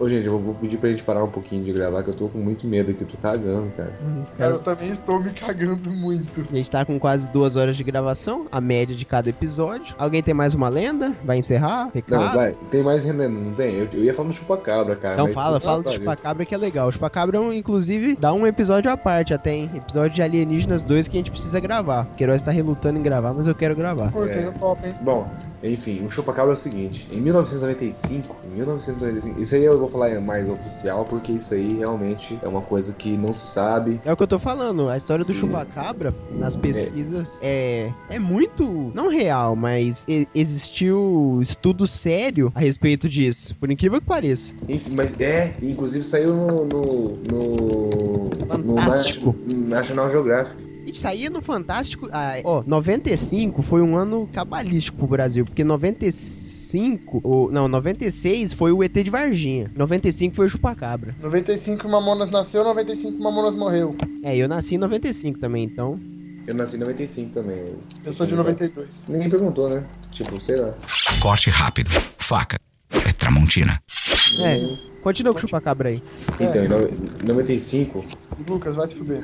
Ô, gente, eu vou pedir pra gente parar um pouquinho de gravar, que eu tô com muito medo aqui, eu tô cagando, cara.
Cara, eu também estou me cagando muito.
A gente tá com quase duas horas de gravação, a média de cada episódio. Alguém tem mais uma lenda? Vai encerrar?
Não,
Recado?
vai, tem mais Renan, não tem? Eu, eu ia falar no Chupacabra, cara.
Então
mas-
fala,
Puta
fala do
que pariu.
Chupacabra que é legal. O Chupacabra, inclusive, dá um episódio à parte até, hein? Episódio de Alienígenas 2 que a gente precisa gravar. O Queiroz tá relutando em gravar, mas eu quero gravar.
Cortei
É.
o top, hein?
Bom, enfim, o Chupacabra é o seguinte: em 1995, em 1995, isso aí eu vou falar mais oficial, porque isso aí realmente é uma coisa que não se sabe.
É o que eu tô falando, a história do
Sim.
Chupacabra, nas pesquisas, é, é muito, não real, mas e- existiu estudo sério a respeito disso, por incrível que pareça.
Enfim, mas é, inclusive saiu no. no. no. no
Fantástico.
Na- National Geographic.
E saía é no Fantástico. ah, ó, 95 foi um ano cabalístico pro Brasil, porque 95. Ou, não, 96 foi o ET de Varginha. 95 foi o Chupacabra.
95 Mamonas nasceu, 95 Mamonas morreu.
É, eu nasci em 95 também, então.
Eu nasci em 95 também.
Eu sou de 92.
Ninguém perguntou, né? Tipo, sei lá.
Corte rápido. Faca. É Tramontina.
É, continua com o Chupacabra aí.
Então, em no- 95,
Lucas, vai se fuder.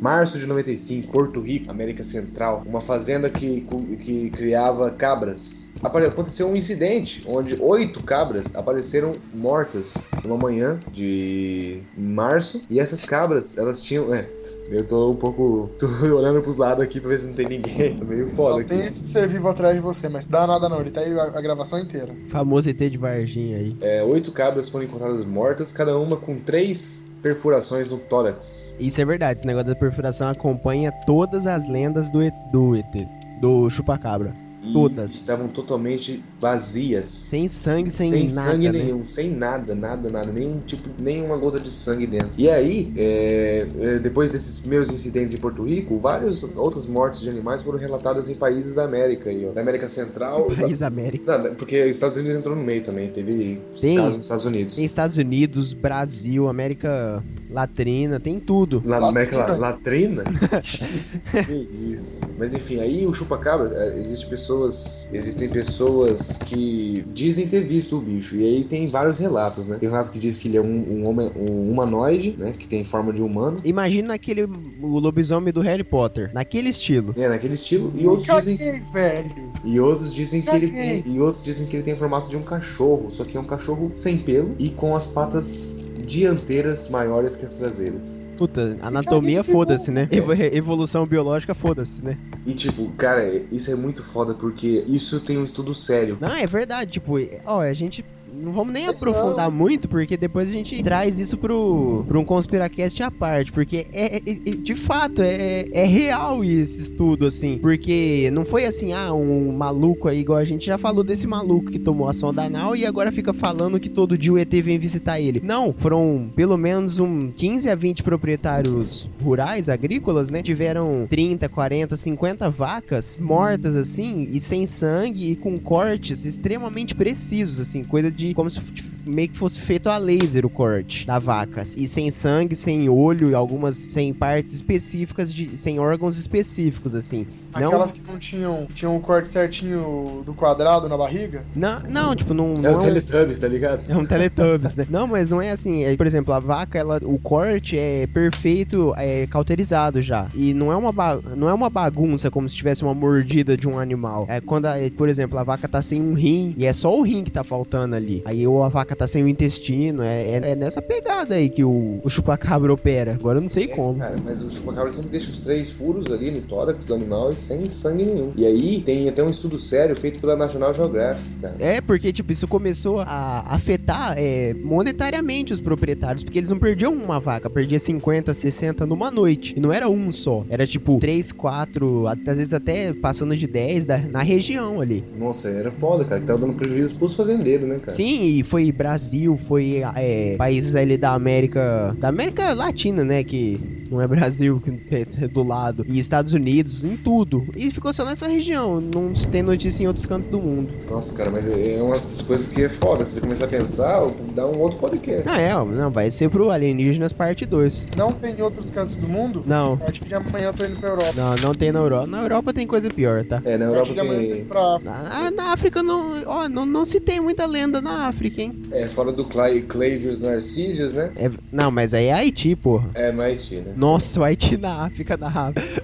Março de 95, Porto Rico, América Central, uma fazenda que, cu- que criava cabras. Apare- Aconteceu um incidente onde oito cabras apareceram mortas numa manhã de março. E essas cabras, elas tinham. É, eu tô um pouco. tô olhando pros lados aqui pra ver se não tem ninguém. Tá meio
Só
foda
tem
aqui.
esse ser vivo atrás de você, mas dá nada não, ele tá aí a, a gravação inteira.
Famoso ET de Varginha aí.
É, oito cabras foram encontradas mortas, cada uma com três perfurações no tórax.
Isso é verdade, esse negócio da perfuração acompanha todas as lendas do, E- do ET. Do Chupacabra.
E
Todas.
estavam totalmente vazias.
Sem sangue, sem, nada.
sangue
né?
nenhum, sem nada, nada, nada, nenhum tipo, nenhuma gota de sangue dentro. E aí, é, é, depois desses primeiros incidentes em Porto Rico, várias outras mortes de animais foram relatadas em países da América, aí, ó, da América Central. Da...
País América.
Não, da- porque os Estados Unidos entrou no meio também, teve os
Tem-
casos nos Estados Unidos.
Tem Estados Unidos, Brasil, América Latina, tem tudo.
Lá na América La- é
Latrina.
Latrina? que isso. Mas enfim, aí o chupacabra, é, existe pessoas, existem pessoas que dizem ter visto o bicho. E aí tem vários relatos, né? Tem um relato que diz que ele é um, um, homen- um humanoide, né? Que tem forma de humano.
Imagina aquele o lobisomem do Harry Potter, naquele estilo.
É, naquele estilo. E outros dizem,
Caguei, velho.
e outros dizem que ele
Caguei.
tem. E outros dizem que ele tem o formato de um cachorro. Só que é um cachorro sem pelo e com as patas dianteiras maiores que as traseiras.
Puta, anatomia foda-se, né? Evo- evolução biológica foda-se, né?
E tipo, cara, isso é muito foda porque isso tem um estudo sério.
Não, é verdade, tipo, ó, a gente não vamos nem aprofundar muito, porque depois a gente traz isso pro, pro um conspiracast à parte, porque é, é- é- de fato é, é real esse estudo, assim, porque não foi assim, ah, um maluco aí, igual a gente já falou desse maluco que tomou a sonda anal e agora fica falando que todo dia o ET vem visitar ele. Não, foram pelo menos um 15 a 20 proprietários rurais, agrícolas, né, tiveram 30, 40, 50 vacas mortas, assim, e sem sangue e com cortes extremamente precisos, assim, coisa de como se f- meio que fosse feito a laser o corte da vaca. E sem sangue, sem olho, e algumas sem partes específicas, de, sem órgãos específicos, assim. Não,
Aquelas que não tinham, tinham o corte certinho do quadrado na barriga.
não, não, tipo, não.
É
não
o Teletubbies, tá ligado?
É um Teletubbies, né? Não, mas não é assim. É, por exemplo, a vaca, ela, o corte é perfeito, é cauterizado já. E não é, uma ba- não é uma bagunça como se tivesse uma mordida de um animal. É quando, a- por exemplo, a vaca tá sem um rim e é só o rim que tá faltando ali. Aí ou a vaca tá sem o intestino. É, é- é nessa pegada aí que o, o chupacabra opera. Agora eu não sei como.
É, Cara, mas o chupacabra sempre deixa os três furos ali no tórax do animal e sem sangue nenhum. E aí tem até um estudo sério feito pela National Geographic, cara.
É, porque, tipo, isso começou a afetar é, monetariamente os proprietários, porque eles não perdiam uma vaca, perdia 50, 60 numa noite. E não era um só, era tipo 3, 4, às vezes até passando de 10 da- na região ali.
Nossa, era foda, cara, que tava dando prejuízo pros fazendeiros, né, cara?
Sim, e foi Brasil, foi é, países ali da América. Da América Latina, né? Que não é Brasil, que é do lado. E Estados Unidos, em tudo. E ficou só nessa região. Não se tem notícia em outros cantos do mundo.
Nossa, cara, mas é é uma das coisas que é foda. Se você começar a pensar, dá um outro podcast.
Ah, é, ó, não, vai ser pro Alienígenas parte 2.
Não tem em outros cantos do mundo?
Não.
A partir de amanhã eu tô indo pra Europa.
Não, não tem na Europa. Na Europa tem coisa pior, tá?
É, na
A
Europa
partir de amanhã eu tô
tem.
indo pra África.
Na, na- na África não, ó, não, não se tem muita lenda na África, hein?
É, fora do Clay, Clavius Narcísios, né?
É- não, mas aí é Haiti, porra.
É no Haiti, né?
Nossa, o Haiti na África, na África.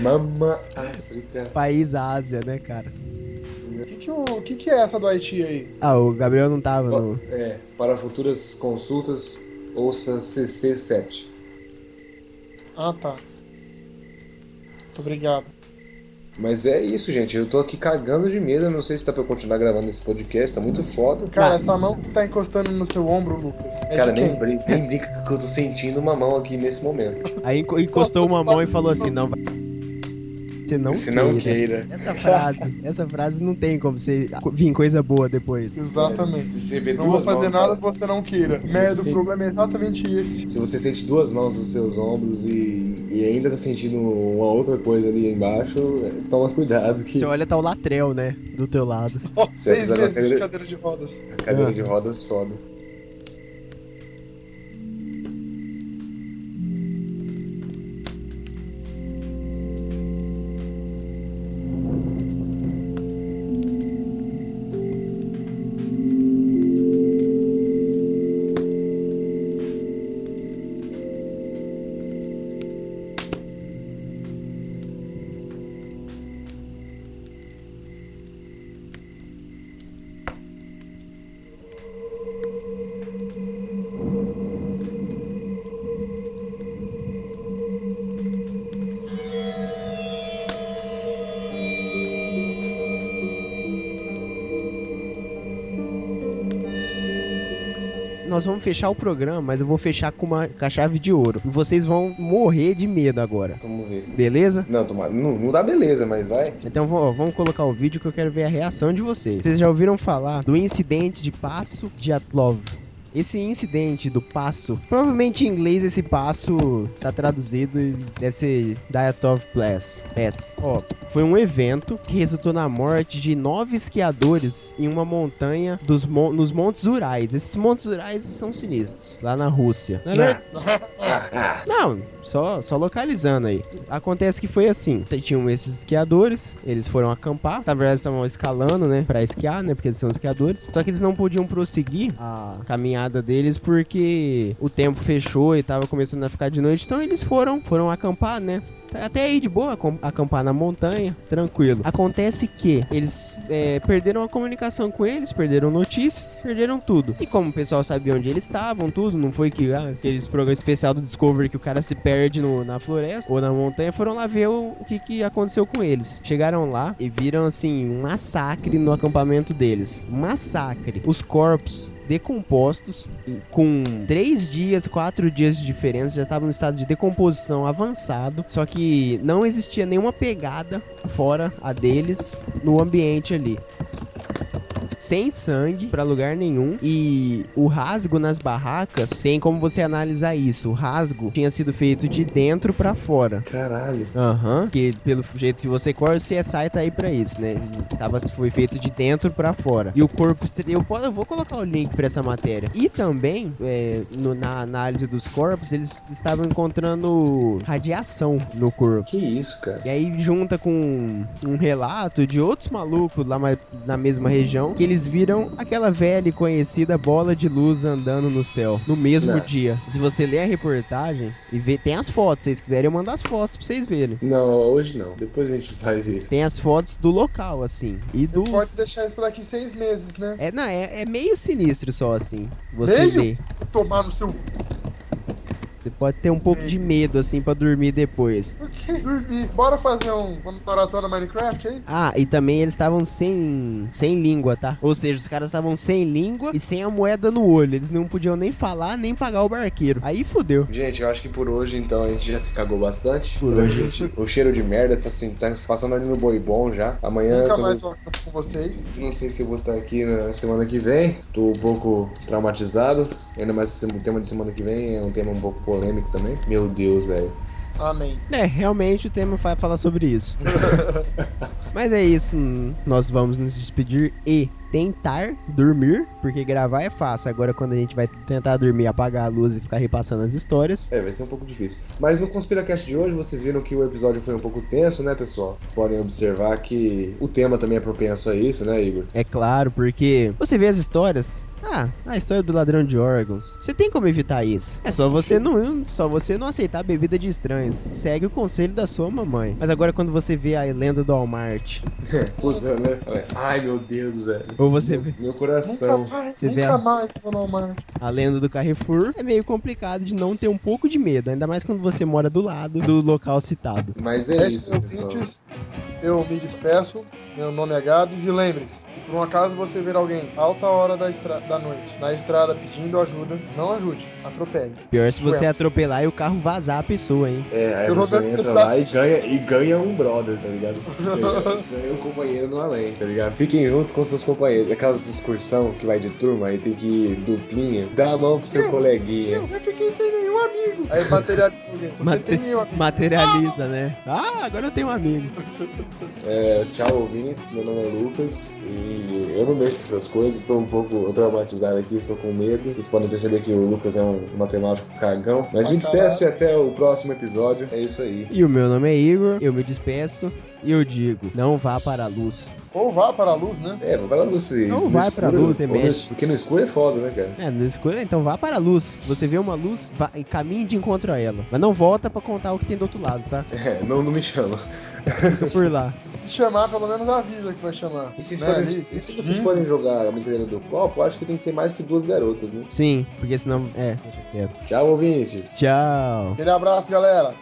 Mama África.
País Ásia, né, cara?
O que que, o que que é essa do Haiti aí?
Ah, o Gabriel não tava no.
É, para futuras consultas, ouça CC7.
Ah, tá. Muito obrigado.
Mas é isso, gente. Eu tô aqui cagando de medo. Eu não sei se dá pra eu continuar gravando esse podcast. Tá muito foda.
Cara, essa mão que tá encostando no seu ombro, Lucas. É
Cara,
de
nem,
quem?
brin- nem brinca que eu tô sentindo uma mão aqui nesse momento.
Aí enco- encostou uma mão e falou assim: não vai. Você não
se não
queira.
queira.
Essa frase, essa frase não tem como você vir coisa boa depois.
Exatamente.
Se você vê
Não vou
duas
fazer
mãos,
nada
tá?
que você não queira.
Sim,
Merda,
sim.
o problema é exatamente esse.
Se você sente duas mãos nos seus ombros e, e ainda tá sentindo uma outra coisa ali embaixo, é, toma cuidado que
Você olha, tá o latrel, né? Do teu lado.
Seis
fizer uma
meses de
cadeira-
cadeira de rodas.
a cadeira de rodas foda.
Nós vamos fechar o programa, mas eu vou fechar com uma com a chave de ouro. E vocês vão morrer de medo agora.
Vamos ver.
Beleza?
Não, tomara. Não, não dá beleza, mas vai.
Então vou- vamos colocar o vídeo que eu quero ver a reação de vocês. Vocês já ouviram falar do incidente de Passo de Atlov? Esse incidente do passo, provavelmente em inglês esse passo tá traduzido e deve ser Diet of Bless. Pass. Ó, foi um evento que resultou na morte de nove esquiadores em uma montanha dos mon- nos Montes Urais. Esses Montes Urais são sinistros, lá na Rússia. Não, é- não, só, só localizando aí. Acontece que foi assim: t- tinham esses esquiadores, eles foram acampar. Na verdade, estavam escalando, né? Pra esquiar, né? Porque eles são esquiadores. Só que eles não podiam prosseguir a caminhada deles porque o tempo fechou e tava começando a ficar de noite. Então eles foram, foram acampar, né? Até aí de boa, acom- acampar na montanha, tranquilo. Acontece que eles é, perderam a comunicação com eles, perderam notícias, perderam tudo. E como o pessoal sabia onde eles estavam, tudo, não foi que ah, aqueles programas especial do Discovery que o cara se perde no- na floresta ou na montanha, foram lá ver o, o que, que aconteceu com eles. Chegaram lá e viram assim um massacre no acampamento deles. Massacre. Os corpos decompostos e com 3 dias, 4 dias de diferença, já estava no estado de decomposição avançado, só que não existia nenhuma pegada fora a deles no ambiente ali. Sem sangue para lugar nenhum e o rasgo nas barracas tem como você analisar isso. O rasgo tinha sido feito de dentro para fora.
Caralho.
Aham. Que pelo jeito que você corre, o CSI tá aí pra isso, né? Tava, foi feito de dentro pra fora. E o corpo. estre- Eu, po- eu vou colocar o link pra essa matéria. E também, é, no- na análise dos corpos, eles estavam encontrando radiação no corpo.
Que isso, cara.
E aí junta com um relato de outros malucos lá ma- na mesma região que eles viram aquela velha e conhecida bola de luz andando no céu no mesmo
Não.
dia. Se você ler a reportagem e ver, tem as fotos, se vocês quiserem eu mando as fotos pra vocês verem.
Não, hoje não. Depois a gente faz isso.
Tem as fotos do local, assim. E do.
Pode deixar isso por daqui seis meses, né?
É, não, é, é meio sinistro só, assim. Você
Meio?
vê.
Tomar no seu.
Pode ter um pouco de medo, assim, pra dormir depois.
Por que dormir? Bora fazer um, uma maratona Minecraft aí?
Ah, e também eles estavam sem, sem língua, tá? Ou seja, os caras estavam sem língua e sem a moeda no olho. Eles não podiam nem falar, nem pagar o barqueiro. Aí fudeu.
Gente, eu acho que por hoje, então, a gente já se cagou bastante. Tá
Por
O cheiro de merda tá, assim, tá passando ali no boi bom já. Amanhã,
Nunca
quando-
mais vou com vocês.
não sei se eu vou estar aqui na semana que vem. Estou um pouco traumatizado. Ainda mais o tema de semana que vem é um tema um pouco polêmico também. Meu Deus, velho.
Amém.
É, realmente o tema vai falar sobre isso. Mas é isso, hum, nós vamos nos despedir e tentar dormir, porque gravar é fácil. Agora, quando a gente vai tentar dormir, apagar a luz e ficar repassando as histórias.
É, vai ser um pouco difícil. Mas no Conspiracast de hoje, vocês viram que o episódio foi um pouco tenso, né, pessoal? Vocês podem observar que o tema também é propenso a isso, né, Igor?
É claro, porque você vê as histórias. Ah, a história do ladrão de órgãos. Você tem como evitar isso. É só você não, só você não aceitar bebida de estranhos. Segue o conselho da sua mamãe. Mas agora quando você vê a lenda do Walmart,
Putz, né? Ai, meu Deus, velho.
ou você vê
Meu
Nunca
coração.
mais,
Você vê
nunca
a-
mais é vou no mar.
a lenda do Carrefour, é meio complicado de não ter um pouco de medo, ainda mais quando você mora do lado do local citado.
Mas é
Esses
isso, pessoal.
ouvintes, eu me despeço. Meu nome é Gabs e lembre-se, se por um acaso você ver alguém alta hora da, estra- da noite na estrada pedindo ajuda, não ajude, atropele.
Pior se você
Ué.
atropelar e o carro vazar a pessoa, hein?
É, aí
Eu não
você
vou
entra
pensar.
lá e ganha, e ganha um brother, tá ligado? É, ganha um companheiro no além, tá ligado? Fiquem juntos com seus companheiros. Aquelas excursão que vai de turma aí tem que ir duplinha. Dá a mão pro seu coleguinha.
Eu, eu fiquei sem nenhum amigo. Aí bateria alguém. Você
Mate-
tem nenhum amigo.
Materializa, né? Ah, agora eu tenho um amigo.
É, tchau, ouvintes. Meu nome é Lucas. E eu não mexo com essas coisas. Tô um pouco traumatizado aqui, estou com medo. Vocês podem perceber que o Lucas é um matemático cagão. Mas me despeço e até o próximo episódio. É isso aí.
E o meu nome é Igor, eu me despeço e eu digo, não vá para a luz.
Ou vá para a luz, né?
É, vai pra luz. se-
Não
no
vai pra
escuro-
luz, você
ou no-
mexe.
Porque no escuro é foda, né, cara?
É, no escuro, então vá para a luz. Se você vê uma luz, vá, caminhe de encontro a ela. Mas não volta pra contar o que tem do outro lado, tá?
É, não, não me chama.
Fica por lá.
Se chamar, pelo menos avisa que vai chamar.
E se,
né?
forem- e se vocês forem jogar a brincadeira do copo, acho que tem que ser mais que duas garotas, né?
Sim, porque senão. É, deixa quieto.
Tchau, ouvintes.
Tchau.
Aquele abraço, galera.